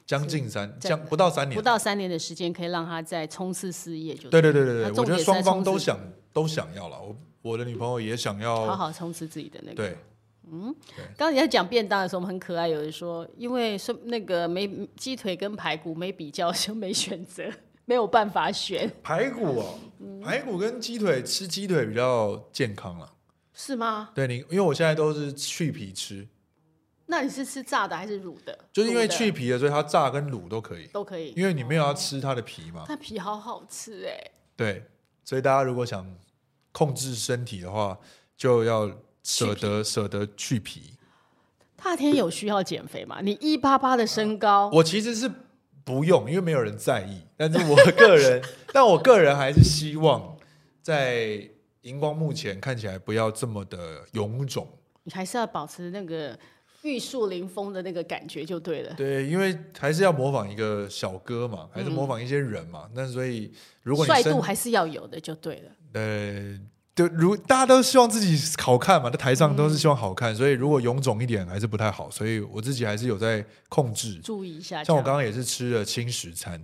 Speaker 2: 将近三，
Speaker 1: 这样
Speaker 2: 将不到三年
Speaker 1: 不，到三年的时间可以让他再冲刺事业，就
Speaker 2: 对对对对
Speaker 1: 他
Speaker 2: 对，
Speaker 1: 重
Speaker 2: 我觉
Speaker 1: 点
Speaker 2: 得
Speaker 1: 是
Speaker 2: 双
Speaker 1: 在
Speaker 2: 方
Speaker 1: 冲
Speaker 2: 都
Speaker 1: 刺
Speaker 2: 想都想要了，我我的女朋友也想
Speaker 1: 好
Speaker 2: 要，
Speaker 1: 好冲刺自己的那个。
Speaker 2: 对，
Speaker 1: 刚刚你在讲便当的时候，我们很可爱，有人说，因为是那个没鸡腿跟排骨没比较就没选择， 没有办法选，
Speaker 2: 排骨哦，
Speaker 1: 嗯
Speaker 2: 排骨跟鸡腿吃鸡腿比较健康了，
Speaker 1: 是吗？
Speaker 2: 对你，因为我现在都是去皮吃，
Speaker 1: 那你是吃炸的还是卤的？
Speaker 2: 就是因为
Speaker 1: 卤的
Speaker 2: 去皮的，所以它炸跟卤都可以，
Speaker 1: 都可以，哦
Speaker 2: 因为你没有要吃它的皮嘛，
Speaker 1: 它皮好好吃哎、
Speaker 2: 对，所以大家如果想控制身体的话，就要舍得舍得去皮。
Speaker 1: 大天有需要减肥吗？你一八八的身高，
Speaker 2: 我其实是不用，因为没有人在意。但是我 个人，但我个人还是希望在荧光幕前看起来不要这么的臃肿。
Speaker 1: 你还是要保持那个玉树临风的那个感觉就对了。
Speaker 2: 对，因为还是要模仿一个小哥嘛，还是模仿一些人嘛。那所以，如果
Speaker 1: 嗯
Speaker 2: 你
Speaker 1: 帅
Speaker 2: 身
Speaker 1: 度还是要有的就对了。
Speaker 2: 呃，就如大家都希望自己好看嘛，在台上都是希望好
Speaker 1: 嗯
Speaker 2: 看，所以如果臃肿一点还是不太好。所以我自己还是有在控制。
Speaker 1: 注意一下，哦
Speaker 2: 像我刚刚也是吃了轻食餐，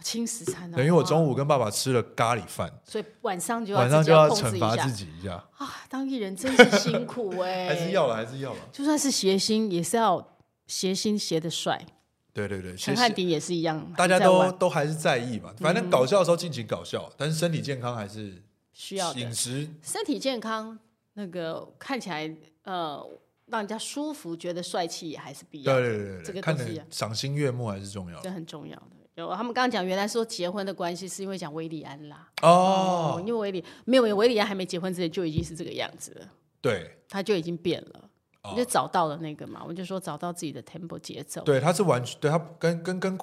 Speaker 1: 轻食餐、啊，
Speaker 2: 等于我中
Speaker 1: 午，
Speaker 2: 午跟爸爸吃了咖喱饭，
Speaker 1: 所以晚上就要
Speaker 2: 晚上
Speaker 1: 自
Speaker 2: 就
Speaker 1: 己
Speaker 2: 要
Speaker 1: 控制
Speaker 2: 惩
Speaker 1: 一
Speaker 2: 罚
Speaker 1: 下
Speaker 2: 自己一下，
Speaker 1: 啊！当艺人真是辛 苦哎、
Speaker 2: 还是要了，还是要了。
Speaker 1: 就算是谐星也是要谐星谐的帅，
Speaker 2: 对对对，其
Speaker 1: 陈汉
Speaker 2: 实
Speaker 1: 典也是一样，
Speaker 2: 大家
Speaker 1: 还在嗯
Speaker 2: 都
Speaker 1: 玩
Speaker 2: 都还是在意嘛，反正搞笑的时候尽情搞笑，但是身体健康还是
Speaker 1: 需要的
Speaker 2: 饮食
Speaker 1: 身体健康，那个看起来呃让人家舒服，觉得帅气也还是必
Speaker 2: 对
Speaker 1: 要的，
Speaker 2: 对对对
Speaker 1: 这
Speaker 2: 对，
Speaker 1: 个啊
Speaker 2: 看
Speaker 1: 都是
Speaker 2: 得
Speaker 1: 一样
Speaker 2: 赏心悦目还是重要的
Speaker 1: 这很重要的。有他们刚刚讲，原来说结婚的关系是因为讲维里安啦。
Speaker 2: 哦
Speaker 1: 因。为维里没有没有维里安还没结婚之前就已经是这个样子了，
Speaker 2: 对
Speaker 1: 他就已经变了。
Speaker 2: 哦
Speaker 1: 我就找到了那个嘛，我就说找到自己的 tempo 节奏。
Speaker 2: 对，他是完全对他跟跟跟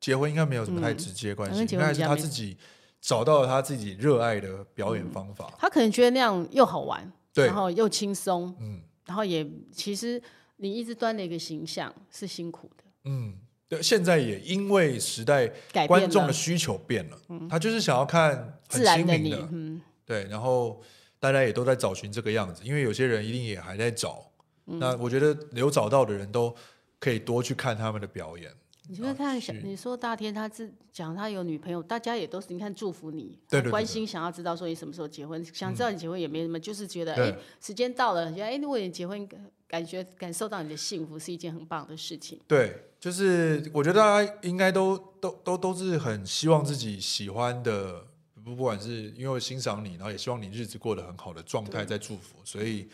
Speaker 2: 结婚应该没有什么太直接关
Speaker 1: 他
Speaker 2: 系，
Speaker 1: 跟嗯
Speaker 2: 应
Speaker 1: 结
Speaker 2: 该
Speaker 1: 婚
Speaker 2: 还
Speaker 1: 比
Speaker 2: 是
Speaker 1: 较
Speaker 2: 他
Speaker 1: 没嗯
Speaker 2: 自己找到了他自己热爱的表演方法。
Speaker 1: 他可能觉得那样又好玩，
Speaker 2: 对
Speaker 1: 然后又轻松，
Speaker 2: 嗯
Speaker 1: 然后也其实你一直端的一个形象是辛苦的，
Speaker 2: 嗯，对，现在也因为时代
Speaker 1: 改
Speaker 2: 观
Speaker 1: 变
Speaker 2: 众
Speaker 1: 了嗯
Speaker 2: 的需求变了，他就是想要看很
Speaker 1: 自然
Speaker 2: 亲
Speaker 1: 的
Speaker 2: 民
Speaker 1: 你，
Speaker 2: 的，
Speaker 1: 嗯，
Speaker 2: 对，然后大家也都在找寻这个样子，因为有些人一定也还在找。那我觉得有找到的人都可以多去看他们的表演。
Speaker 1: 你就看小，
Speaker 2: 哦是
Speaker 1: 你说大天他自讲他有女朋友，大家也都是你看祝福你，
Speaker 2: 对对对
Speaker 1: 关
Speaker 2: 对嗯
Speaker 1: 心想要知道说你什么时候结婚，想知道你结婚也没什么，就是觉得
Speaker 2: 对
Speaker 1: 哎、时间到了，觉得哎如果你结婚，感觉感受到你的幸福是一件很棒的事情。
Speaker 2: 对，就是我觉得大家应该都都都都是很希望自己喜欢的，不不管是因为欣赏你，然后也希望你日子过得很好的状态在祝福，所以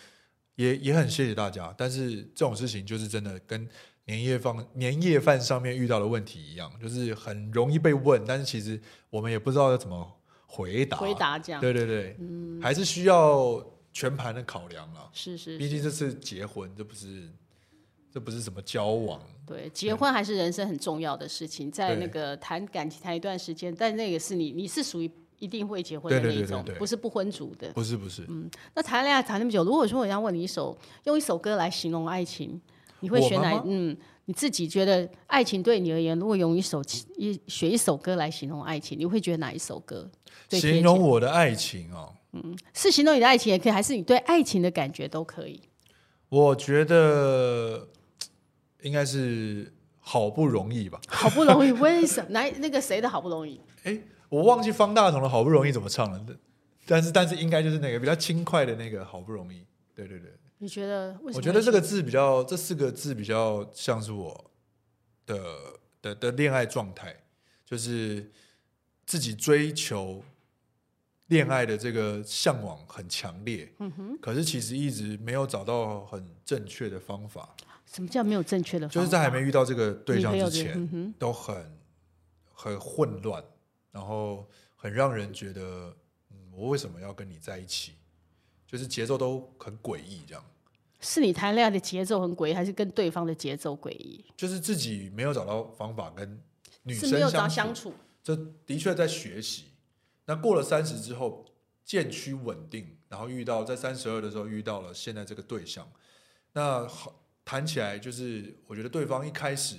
Speaker 2: 也也很谢谢大家。但是这种事情就是真的跟年夜饭年夜饭上面遇到的问题一样，就是很容易被问，但是其实我们也不知道要怎么回答。
Speaker 1: 回答这样，
Speaker 2: 啊对对对，还是需要全盘的考量啦。
Speaker 1: 是是
Speaker 2: 毕竟这是结婚，这不是这不是什么交往。
Speaker 1: 对，结婚还是人生很重要的事情，在
Speaker 2: 对
Speaker 1: 那个谈感情谈一段时间，但那个是你，你是属于一定会结婚的那
Speaker 2: 对对
Speaker 1: 一
Speaker 2: 对
Speaker 1: 种，
Speaker 2: 对对
Speaker 1: 不是不婚族的。嗯
Speaker 2: 不是不是，
Speaker 1: 那谈恋爱谈那么久，如果说我要问你一首，用一首歌来形容爱情，你会
Speaker 2: 我
Speaker 1: 选
Speaker 2: 吗
Speaker 1: 哪
Speaker 2: 吗？
Speaker 1: 嗯，你自己觉得爱情对你而言，如果用一首一选一首歌来形容爱情，你会觉得哪一首歌最贴
Speaker 2: 形
Speaker 1: 切？
Speaker 2: 容我的爱情哦，
Speaker 1: 是形容你的爱情也可以，还是你对爱情的感觉都可以。
Speaker 2: 我觉得嘖应该是好不容易吧。
Speaker 1: 好不容易，为什么？哪那个谁的好不容易？
Speaker 2: 哎，我忘记方大同的好不容易怎么唱了，但但是但是应该就是那个比较轻快的那个好不容易。对对对，
Speaker 1: 你觉得为什么？
Speaker 2: 我觉得这个字比较，这四个字比较像是我的的的恋爱状态，就是自己追求恋爱的这个向往很强烈，
Speaker 1: 嗯
Speaker 2: 可是其实一直没有找到很正确的方法，
Speaker 1: 什么叫没有正确的方法？
Speaker 2: 就是在还没遇到这个对象
Speaker 1: 女朋
Speaker 2: 之
Speaker 1: 友之
Speaker 2: 前，
Speaker 1: 嗯哼
Speaker 2: 都很很混乱，然后很让人觉得，嗯，我为什么要跟你在一起？就是节奏都很诡异，这样，
Speaker 1: 是你谈恋爱的节奏很诡异，还是跟对方的节奏诡异？
Speaker 2: 就是自己没有找到方法跟女
Speaker 1: 是没
Speaker 2: 生
Speaker 1: 有找
Speaker 2: 相
Speaker 1: 相
Speaker 2: 处，
Speaker 1: 处，
Speaker 2: 这的确在学习。那过了三十之后，渐趋稳定，然后遇到在三十二的时候遇到了现在这个对象，那好谈起来就是，我觉得对方一开始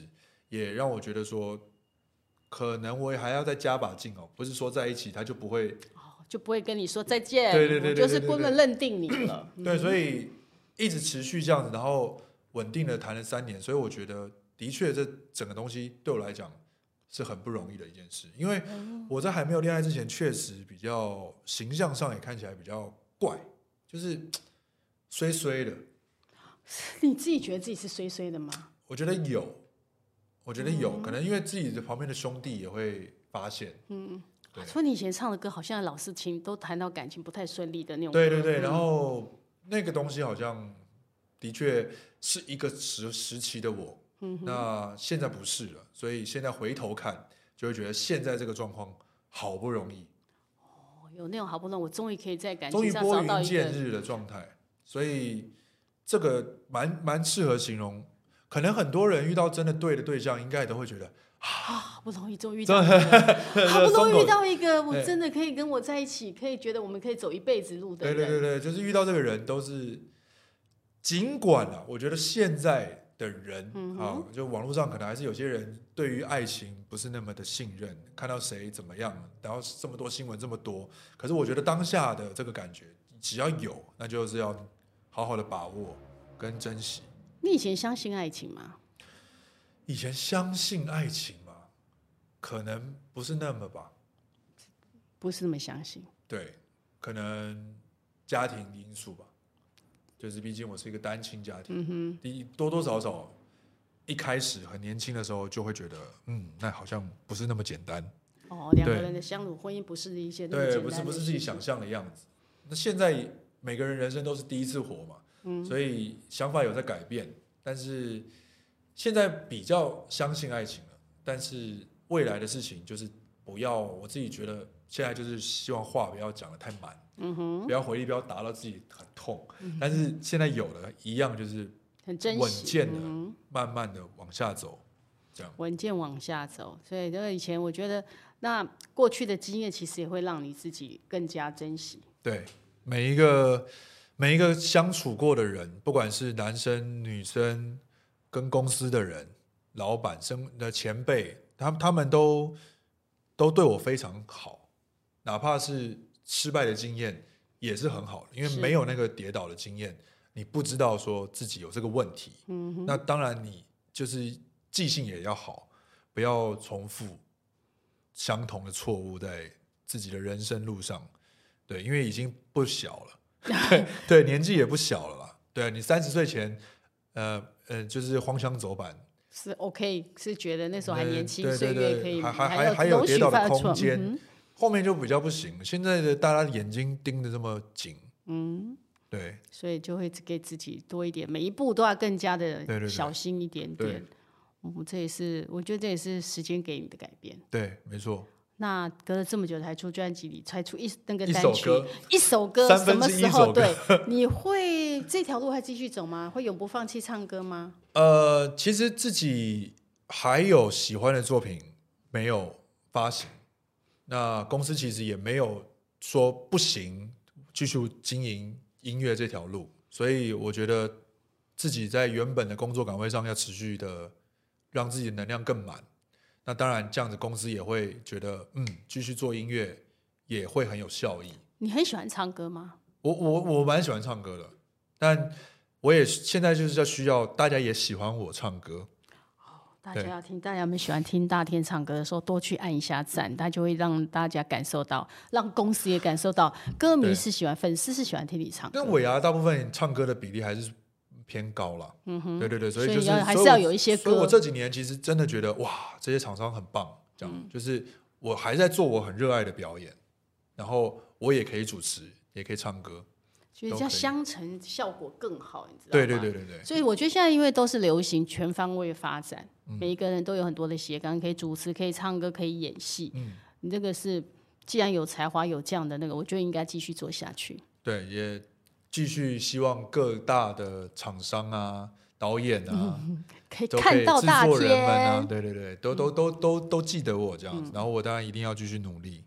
Speaker 2: 也让我觉得说，可能我也还要再加把劲哦，不是说在一起他就不会
Speaker 1: 哦就不会跟你说再见。
Speaker 2: 对对对对对
Speaker 1: 我就是根本认定你了。
Speaker 2: 对，所以一直持续这样子，然后稳定的谈了三年，所以我觉得的确这整个东西对我来讲是很不容易的一件事，因为我在还没有恋爱之前，确实比较形象上也看起来比较怪，就是衰衰的，
Speaker 1: 你自己觉得自己是衰衰的吗？
Speaker 2: 我觉得有，我觉得有可能因为自己的旁边的兄弟也会发现，对
Speaker 1: 说你以前唱的歌好像老是听，都谈到感情不太顺利的那种。
Speaker 2: 对对对，然后那个东西好像的确是一个时时期的我，
Speaker 1: 嗯
Speaker 2: 那现在不是了，所以现在回头看就会觉得现在这个状况好不容易，
Speaker 1: 哦有那种好不容易，我终于可以在感
Speaker 2: 终
Speaker 1: 情
Speaker 2: 于
Speaker 1: 上
Speaker 2: 拨
Speaker 1: 找到
Speaker 2: 云
Speaker 1: 一
Speaker 2: 见
Speaker 1: 个。
Speaker 2: 日的状态，所以这个蛮蛮适合形容。可能很多人遇到真的对的对象，应该也都会觉得
Speaker 1: 好不容易终于遇
Speaker 2: 真
Speaker 1: 到一 个，好不容
Speaker 2: 松
Speaker 1: 易
Speaker 2: 口
Speaker 1: 遇到一个，我
Speaker 2: 哎
Speaker 1: 真的可以跟我在一起，可以觉得我们可以走一辈子路的
Speaker 2: 对
Speaker 1: 人。
Speaker 2: 对对对，就是遇到这个人都是，尽管啊，我觉得现在的人、
Speaker 1: 嗯
Speaker 2: 啊，就网络上可能还是有些人对于爱情不是那么的信任，看到谁怎么样，然后这么多新闻这么多，可是我觉得当下的这个感觉，只要有，那就是要好好的把握跟珍惜。
Speaker 1: 你以前相信爱情吗？
Speaker 2: 以前相信爱情嘛，可能不是那么吧，
Speaker 1: 不是那么相信。
Speaker 2: 对，可能家庭因素吧，就是毕竟我是一个单亲家庭，第一多多少少一开始很年轻的时候就会觉得，嗯，那好像不是那么简单，
Speaker 1: 哦，两个
Speaker 2: 对
Speaker 1: 人的相处婚姻不是一些那么简
Speaker 2: 对，
Speaker 1: 单
Speaker 2: 不是
Speaker 1: 的
Speaker 2: 不是
Speaker 1: 事
Speaker 2: 自己想象的样子。那现在每个人人生都是第一次活嘛，
Speaker 1: 嗯
Speaker 2: 所以想法有在改变，但是现在比较相信爱情了。但是未来的事情就是不要，我自己觉得现在就是希望话不要讲的太满，
Speaker 1: 嗯
Speaker 2: 不要回力镖打到自己很痛。但是现在有了，一样就是
Speaker 1: 很珍惜，
Speaker 2: 稳健的
Speaker 1: 嗯
Speaker 2: 慢慢的往下走，这样。
Speaker 1: 稳健往下走。所以这个以前我觉得，那过去的经验其实也会让你自己更加珍惜。
Speaker 2: 对，每一个每一个相处过的人，不管是男生、女生，跟公司的人、老板、生的前辈，他他们都都对我非常好，哪怕是失败的经验也是很好的，因为
Speaker 1: 是
Speaker 2: 没有那个跌倒的经验，你不知道说自己有这个问题。嗯，那当然你就是记性也要好，不要重复相同的错误在自己的人生路上。对，因为已经不小了， 对对，年纪也不小了啦。对啊你三十岁前，呃呃，就是荒腔走板，
Speaker 1: 是 OK，是觉得那时候还
Speaker 2: 嗯
Speaker 1: 年轻，
Speaker 2: 对
Speaker 1: 岁
Speaker 2: 对
Speaker 1: 月
Speaker 2: 对
Speaker 1: 可以，
Speaker 2: 还还
Speaker 1: 有
Speaker 2: 还还有
Speaker 1: 容
Speaker 2: 跌
Speaker 1: 许
Speaker 2: 倒的
Speaker 1: 犯
Speaker 2: 空
Speaker 1: 错
Speaker 2: 间
Speaker 1: 嗯哼
Speaker 2: 后面就比较不行。现在的大家眼睛盯得这么紧，
Speaker 1: 嗯，
Speaker 2: 对
Speaker 1: 所以就会给自己多一点，每一步都要更加
Speaker 2: 对对
Speaker 1: 的
Speaker 2: 对
Speaker 1: 小心一点
Speaker 2: 对
Speaker 1: 点。嗯，这也是我觉得这也是时间给你的改变。
Speaker 2: 对，没错，
Speaker 1: 那隔了这么久才出专辑，你才出一那个
Speaker 2: 一
Speaker 1: 单
Speaker 2: 首
Speaker 1: 曲
Speaker 2: 歌，
Speaker 1: 一首歌，
Speaker 2: 三
Speaker 1: 什
Speaker 2: 分
Speaker 1: 么
Speaker 2: 之一
Speaker 1: 时候
Speaker 2: 首
Speaker 1: 对？ 你会这条路还继续走吗？会永不放弃唱歌吗？
Speaker 2: 呃，其实自己还有喜欢的作品没有发行，那公司其实也没有说不行，继续经营音乐这条路，所以我觉得自己在原本的工作岗位上要持续的让自己的能量更满。那当然，这样子公司也会觉得，嗯，继续做音乐也会很有效益。
Speaker 1: 你很喜欢唱歌吗？
Speaker 2: 我我我蛮喜欢唱歌的，但我也现在就是要需要大家也喜欢我唱歌。
Speaker 1: 大家
Speaker 2: 对
Speaker 1: 要听，大家们喜欢听大天唱歌的时候，多去按一下赞，他就会让大家感受到，让公司也感受到，歌迷
Speaker 2: 对
Speaker 1: 是喜欢，粉丝是喜欢听你唱歌
Speaker 2: 但。尾牙大部分唱歌的比例还是偏高了，嗯哼，对对对，所以
Speaker 1: 所以
Speaker 2: 就是
Speaker 1: 要还
Speaker 2: 所以
Speaker 1: 是要
Speaker 2: 我
Speaker 1: 有一些
Speaker 2: 所以我
Speaker 1: 歌
Speaker 2: 这几年其实真的觉得哇，
Speaker 1: 嗯
Speaker 2: 这些厂商很棒，这样、就是我还在做我很热爱的表演，然后我也可以主持，也可以唱歌。
Speaker 1: 觉得这样相乘效果更好，你知道吗？
Speaker 2: 对对对对对，
Speaker 1: 所以我觉得现在因为都是流行全方位发展，
Speaker 2: 嗯
Speaker 1: 每一个人都有很多的斜杠，可以主持，可以唱歌，可以演戏。
Speaker 2: 嗯
Speaker 1: 你这个是既然有才华有这样的那个，我觉得应该继续做下去。
Speaker 2: 对，也继续希望各大的厂商啊、导演啊，
Speaker 1: 可以
Speaker 2: 都
Speaker 1: 嗯
Speaker 2: 可
Speaker 1: 看
Speaker 2: 以
Speaker 1: 到
Speaker 2: 制
Speaker 1: 大
Speaker 2: 作人们
Speaker 1: 家
Speaker 2: 啊，。对对对，都都都都都记得我这样
Speaker 1: 嗯
Speaker 2: 子。然后我当然一定要继续努力。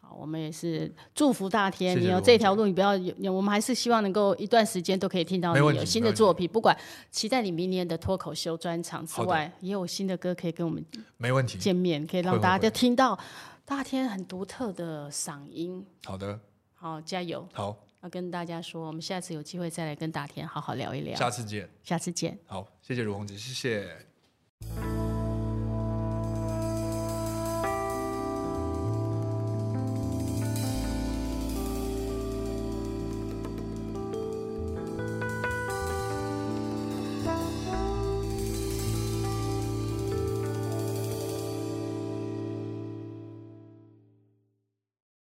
Speaker 1: 好，我们也是祝福大天，
Speaker 2: 谢谢
Speaker 1: 你有
Speaker 2: 卢
Speaker 1: 这
Speaker 2: 红
Speaker 1: 条路，你不要有，我们还是希望能够一段时间都可以听到
Speaker 2: 没
Speaker 1: 你
Speaker 2: 问题
Speaker 1: 有新
Speaker 2: 没
Speaker 1: 的
Speaker 2: 问题
Speaker 1: 作品，不管期待你明年的脱口秀专场之
Speaker 2: 好的
Speaker 1: 外，也有新的歌可以跟我们
Speaker 2: 没问题。
Speaker 1: 见面，可以让
Speaker 2: 会
Speaker 1: 大家
Speaker 2: 会
Speaker 1: 就听到大天很独特的嗓音。
Speaker 2: 好的，
Speaker 1: 好，加油！
Speaker 2: 好，
Speaker 1: 要跟大家说，我们下次有机会再来跟大天好好聊一聊，
Speaker 2: 下次见。
Speaker 1: 下次见。
Speaker 2: 好，谢谢如红姐，谢谢。